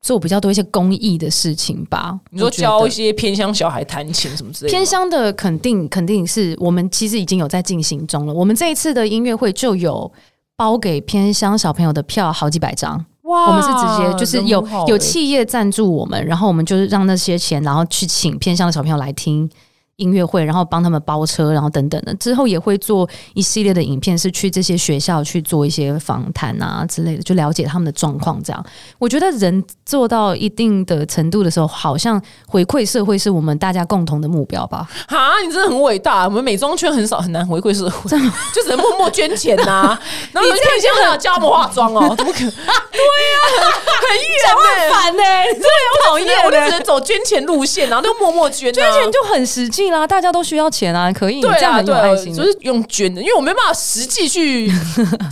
Speaker 2: 做比较多一些公益的事情吧。
Speaker 1: 你说
Speaker 2: 我觉得
Speaker 1: 教一些偏乡小孩弹琴什么之类的吗，
Speaker 2: 偏乡的肯定肯定是我们其实已经有在进行中了。我们这一次的音乐会就有包给偏乡小朋友的票好几百张，
Speaker 1: 哇
Speaker 2: 我们是直接就是有
Speaker 1: 哦人很好欸
Speaker 2: 有企业赞助我们，然后我们就是让那些钱，然后去请偏乡的小朋友来听。音乐会，然后帮他们包车，然后等等的，之后也会做一系列的影片，是去这些学校去做一些访谈啊之类的，就了解他们的状况。这样，我觉得人做到一定的程度的时候，好像回馈社会是我们大家共同的目标吧。
Speaker 1: 哈，你真的很伟大。我们美妆圈很少很难回馈社会，就只能默默捐钱呐、
Speaker 2: (laughs)
Speaker 1: 然后你偏乡还要教我们化妆哦，怎么可能？对呀、很远呢、
Speaker 2: 烦呢、
Speaker 1: 对啊，我讨
Speaker 2: 讨厌
Speaker 1: 厌，我就
Speaker 2: 欸
Speaker 1: 只能走捐钱路线，然后就默默捐、啊，
Speaker 2: 捐钱就很实际啦，大家都需要钱啊，可以，你
Speaker 1: 对
Speaker 2: 这样
Speaker 1: 啊，
Speaker 2: 很有
Speaker 1: 对
Speaker 2: 爱
Speaker 1: 啊，
Speaker 2: 心的。
Speaker 1: 就是用捐的，因为我没办法实际去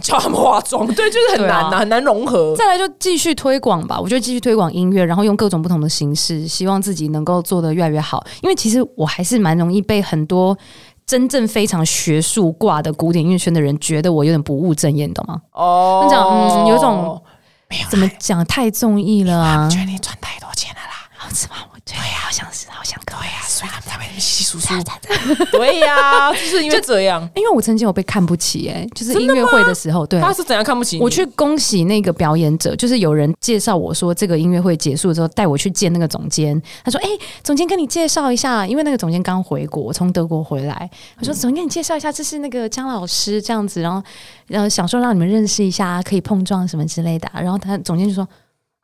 Speaker 1: 教他们化妆，对，就是很难
Speaker 2: 对
Speaker 1: 啊，
Speaker 2: 啊
Speaker 1: 很难融合。
Speaker 2: 再来就继续推广吧，我就继续推广音乐，然后用各种不同的形式，希望自己能够做得越来越好。因为其实我还是蛮容易被很多真正非常学术挂的古典音乐圈的人觉得我有点不务正业，你懂吗？
Speaker 1: 哦
Speaker 2: 那讲嗯有一种怎么讲太综艺了啊？
Speaker 1: 觉得你赚太多钱了啦，
Speaker 2: 好吃吗？我对呀，好想吃，好想对呀。
Speaker 1: 所以他们才会那么稀稀疏疏。 (laughs) 对呀、就是因为这样，
Speaker 2: 因为我曾经有被看不起、哎，就是音乐会的时候，对，
Speaker 1: 他是怎样看不起你？
Speaker 2: 我去恭喜那个表演者，就是有人介绍我说这个音乐会结束之后，带我去见那个总监。他说：“哎、总监跟你介绍一下，因为那个总监刚回国，从德国回来。”他说：“总监跟你介绍一下，这是那个姜老师这样子，然后然后想说让你们认识一下，可以碰撞什么之类的啊、然后他总监就说，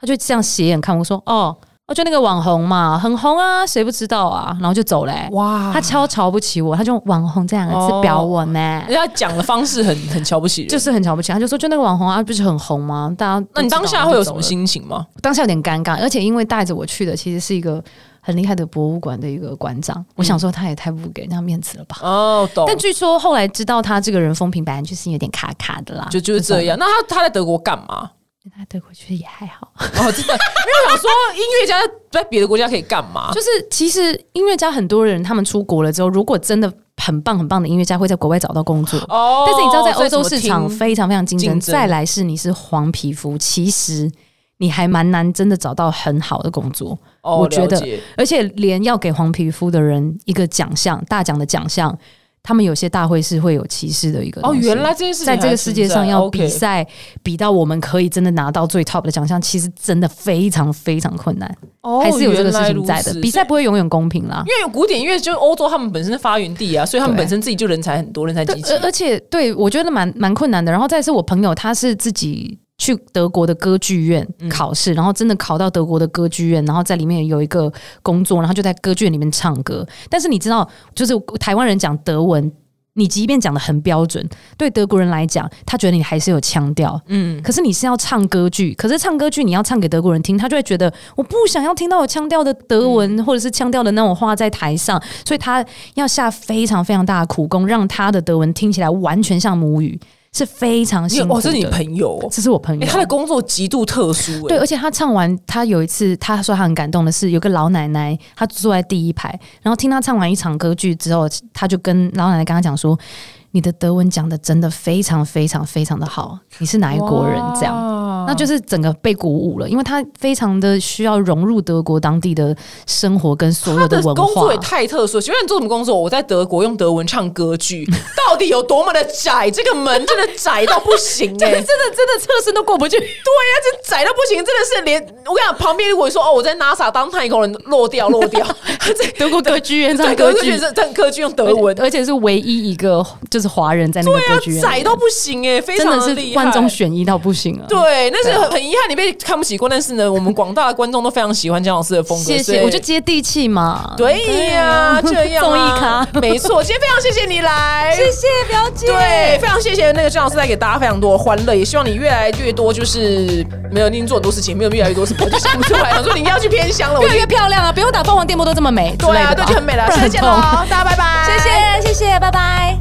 Speaker 2: 他就这样斜眼看我说：“哦，哦，就那个网红嘛，很红啊，谁不知道啊？”然后就走嘞、
Speaker 1: 哇
Speaker 2: 他超瞧不起我，他就用网红这两个字表我呢。
Speaker 1: 人家讲的方式很很瞧不起人。
Speaker 2: 就
Speaker 1: 就是
Speaker 2: 是很瞧不起。他就说，就那个网红啊，不是很红吗？大家都
Speaker 1: 那你
Speaker 2: 知道
Speaker 1: 当下会有什么？
Speaker 2: 就走了
Speaker 1: 心情吗？
Speaker 2: 当下有点尴尬，而且因为带着我去的其实是一个很厉害的博物馆的一个馆长，我想说他也太不给人家面子了吧。
Speaker 1: 哦，懂。
Speaker 2: 但据说后来知道他这个人风评本来就是有点卡卡的啦，
Speaker 1: 就就是这样。那他他在德国干嘛？
Speaker 2: 算了。他德国其实也
Speaker 1: (laughs)
Speaker 2: 还好，
Speaker 1: 哦，
Speaker 2: (laughs)
Speaker 1: 真的，因为我想说，音乐家在别的国家可以干嘛？
Speaker 2: 就是其实音乐家很多人他们出国了之后，如果真的很棒很棒的音乐家会在国外找到工作，
Speaker 1: 哦，
Speaker 2: 但是你知道，在欧洲
Speaker 1: 所
Speaker 2: 市
Speaker 1: 以什么
Speaker 2: 场
Speaker 1: 听
Speaker 2: 非常非常竞争，
Speaker 1: 竞争
Speaker 2: 再来是你是黄皮肤，其实你还蛮难真的找到很好的工作，
Speaker 1: 哦
Speaker 2: 我觉
Speaker 1: 了
Speaker 2: 得
Speaker 1: 解
Speaker 2: 而且连要给黄皮肤的人一个奖项，大奖的奖项，他们有些大会是会有歧视的一个
Speaker 1: 哦，
Speaker 2: 东西
Speaker 1: 原来这件事情
Speaker 2: 在这
Speaker 1: 还
Speaker 2: 个
Speaker 1: 存
Speaker 2: 世界上
Speaker 1: 在
Speaker 2: 要
Speaker 1: OK
Speaker 2: 比赛，比到我们可以真的拿到最 top 的奖项，其实真的非常非常困难，
Speaker 1: 哦
Speaker 2: 还是有这个事情
Speaker 1: 原
Speaker 2: 在
Speaker 1: 来
Speaker 2: 的
Speaker 1: 如，此
Speaker 2: 比赛不会永远公平啦。
Speaker 1: 因为有古典音乐，就是欧洲他们本身是发源地啊，所以他们
Speaker 2: 对
Speaker 1: 本身自己就人才很多，人才
Speaker 2: 对呃
Speaker 1: 济，济
Speaker 2: 而。而且对我觉得蛮蛮困难的。然后再是我朋友，他是自己去德国的歌剧院考试，然后真的考到德国的歌剧院，然后在里面有一个工作，然后就在歌剧院里面唱歌。但是你知道，就是台湾人讲德文。你即便讲的很标准，对德国人来讲，他觉得你还是有腔调。
Speaker 1: 嗯，
Speaker 2: 可是你是要唱歌剧，可是唱歌剧你要唱给德国人听，他就会觉得我不想要听到有腔调的德文、
Speaker 1: 嗯
Speaker 2: 或者是腔调的那种话在台上，所以他要下非常非常大的苦功，让他的德文听起来完全像母语，是非常
Speaker 1: 你
Speaker 2: 辛苦
Speaker 1: 哦，
Speaker 2: 的。
Speaker 1: 这是你朋友哦，
Speaker 2: 这是我朋友，
Speaker 1: 哎，他的工作极度特殊，哎
Speaker 2: 呃对，，呃而且他唱完，他有一次他说他很感动的是，有个老奶奶，她坐在第一排，然后听他唱完一场歌剧之后，他就跟老奶奶跟他讲说：“你的德文讲的真的非常非常非常的好，你是哪一国人？”呃这样。
Speaker 1: 样
Speaker 2: 那就是整个被鼓舞了，因为他非常的需要融入德国当地的生活跟所有
Speaker 1: 他的
Speaker 2: 文
Speaker 1: 工
Speaker 2: 化
Speaker 1: 作也。太 (laughs) 特殊了。请问你做什么工作？我在德国用德文唱歌剧， (laughs) 到底有多么的窄？这个门真的窄到不行哎、
Speaker 2: (laughs) 真的真的侧身都过不去，
Speaker 1: 对呀、啊这窄到不行，真的是连我跟你讲，旁边如果说哦，我在 NASA 当太空人，落掉落
Speaker 2: (laughs)
Speaker 1: 掉，这
Speaker 2: 德国歌剧院
Speaker 1: 在
Speaker 2: 唱
Speaker 1: 歌
Speaker 2: 歌
Speaker 1: 剧
Speaker 2: 剧，
Speaker 1: 是唱歌剧用德文，
Speaker 2: 而且是唯一一个就是华人在那个歌剧院，
Speaker 1: 窄到啊不行哎、非
Speaker 2: 真
Speaker 1: 常
Speaker 2: 的是
Speaker 1: 厉害
Speaker 2: 万中选一到不行啊！
Speaker 1: 对，那是很很遗憾你被看不起过，但是呢，我们广大的观众都非常喜欢姜老师的风格，
Speaker 2: 谢
Speaker 1: 所以
Speaker 2: 谢，我就接地气嘛。
Speaker 1: 对呀、这
Speaker 2: (laughs)
Speaker 1: 样、
Speaker 2: 综
Speaker 1: 啊、
Speaker 2: 艺咖
Speaker 1: 没错，今天非常谢谢你来，
Speaker 2: (laughs) 谢表姐
Speaker 1: 对，非常谢谢那个郑老师带给大家非常多的欢乐，也希望你越来越多就是没有，你已经做很多事情，没有越来越多事情，我就想不出来，想说你一定要去偏乡了，我
Speaker 2: 越
Speaker 1: 就
Speaker 2: 来越漂亮啊！不用打凤凰电波都这么美之
Speaker 1: 对
Speaker 2: 类
Speaker 1: 啊，
Speaker 2: 的吧， (laughs)
Speaker 1: 对，就很美了，
Speaker 2: 不然
Speaker 1: 下次见
Speaker 2: 很痛
Speaker 1: 喽，大家拜拜，
Speaker 2: 谢谢谢谢，拜拜。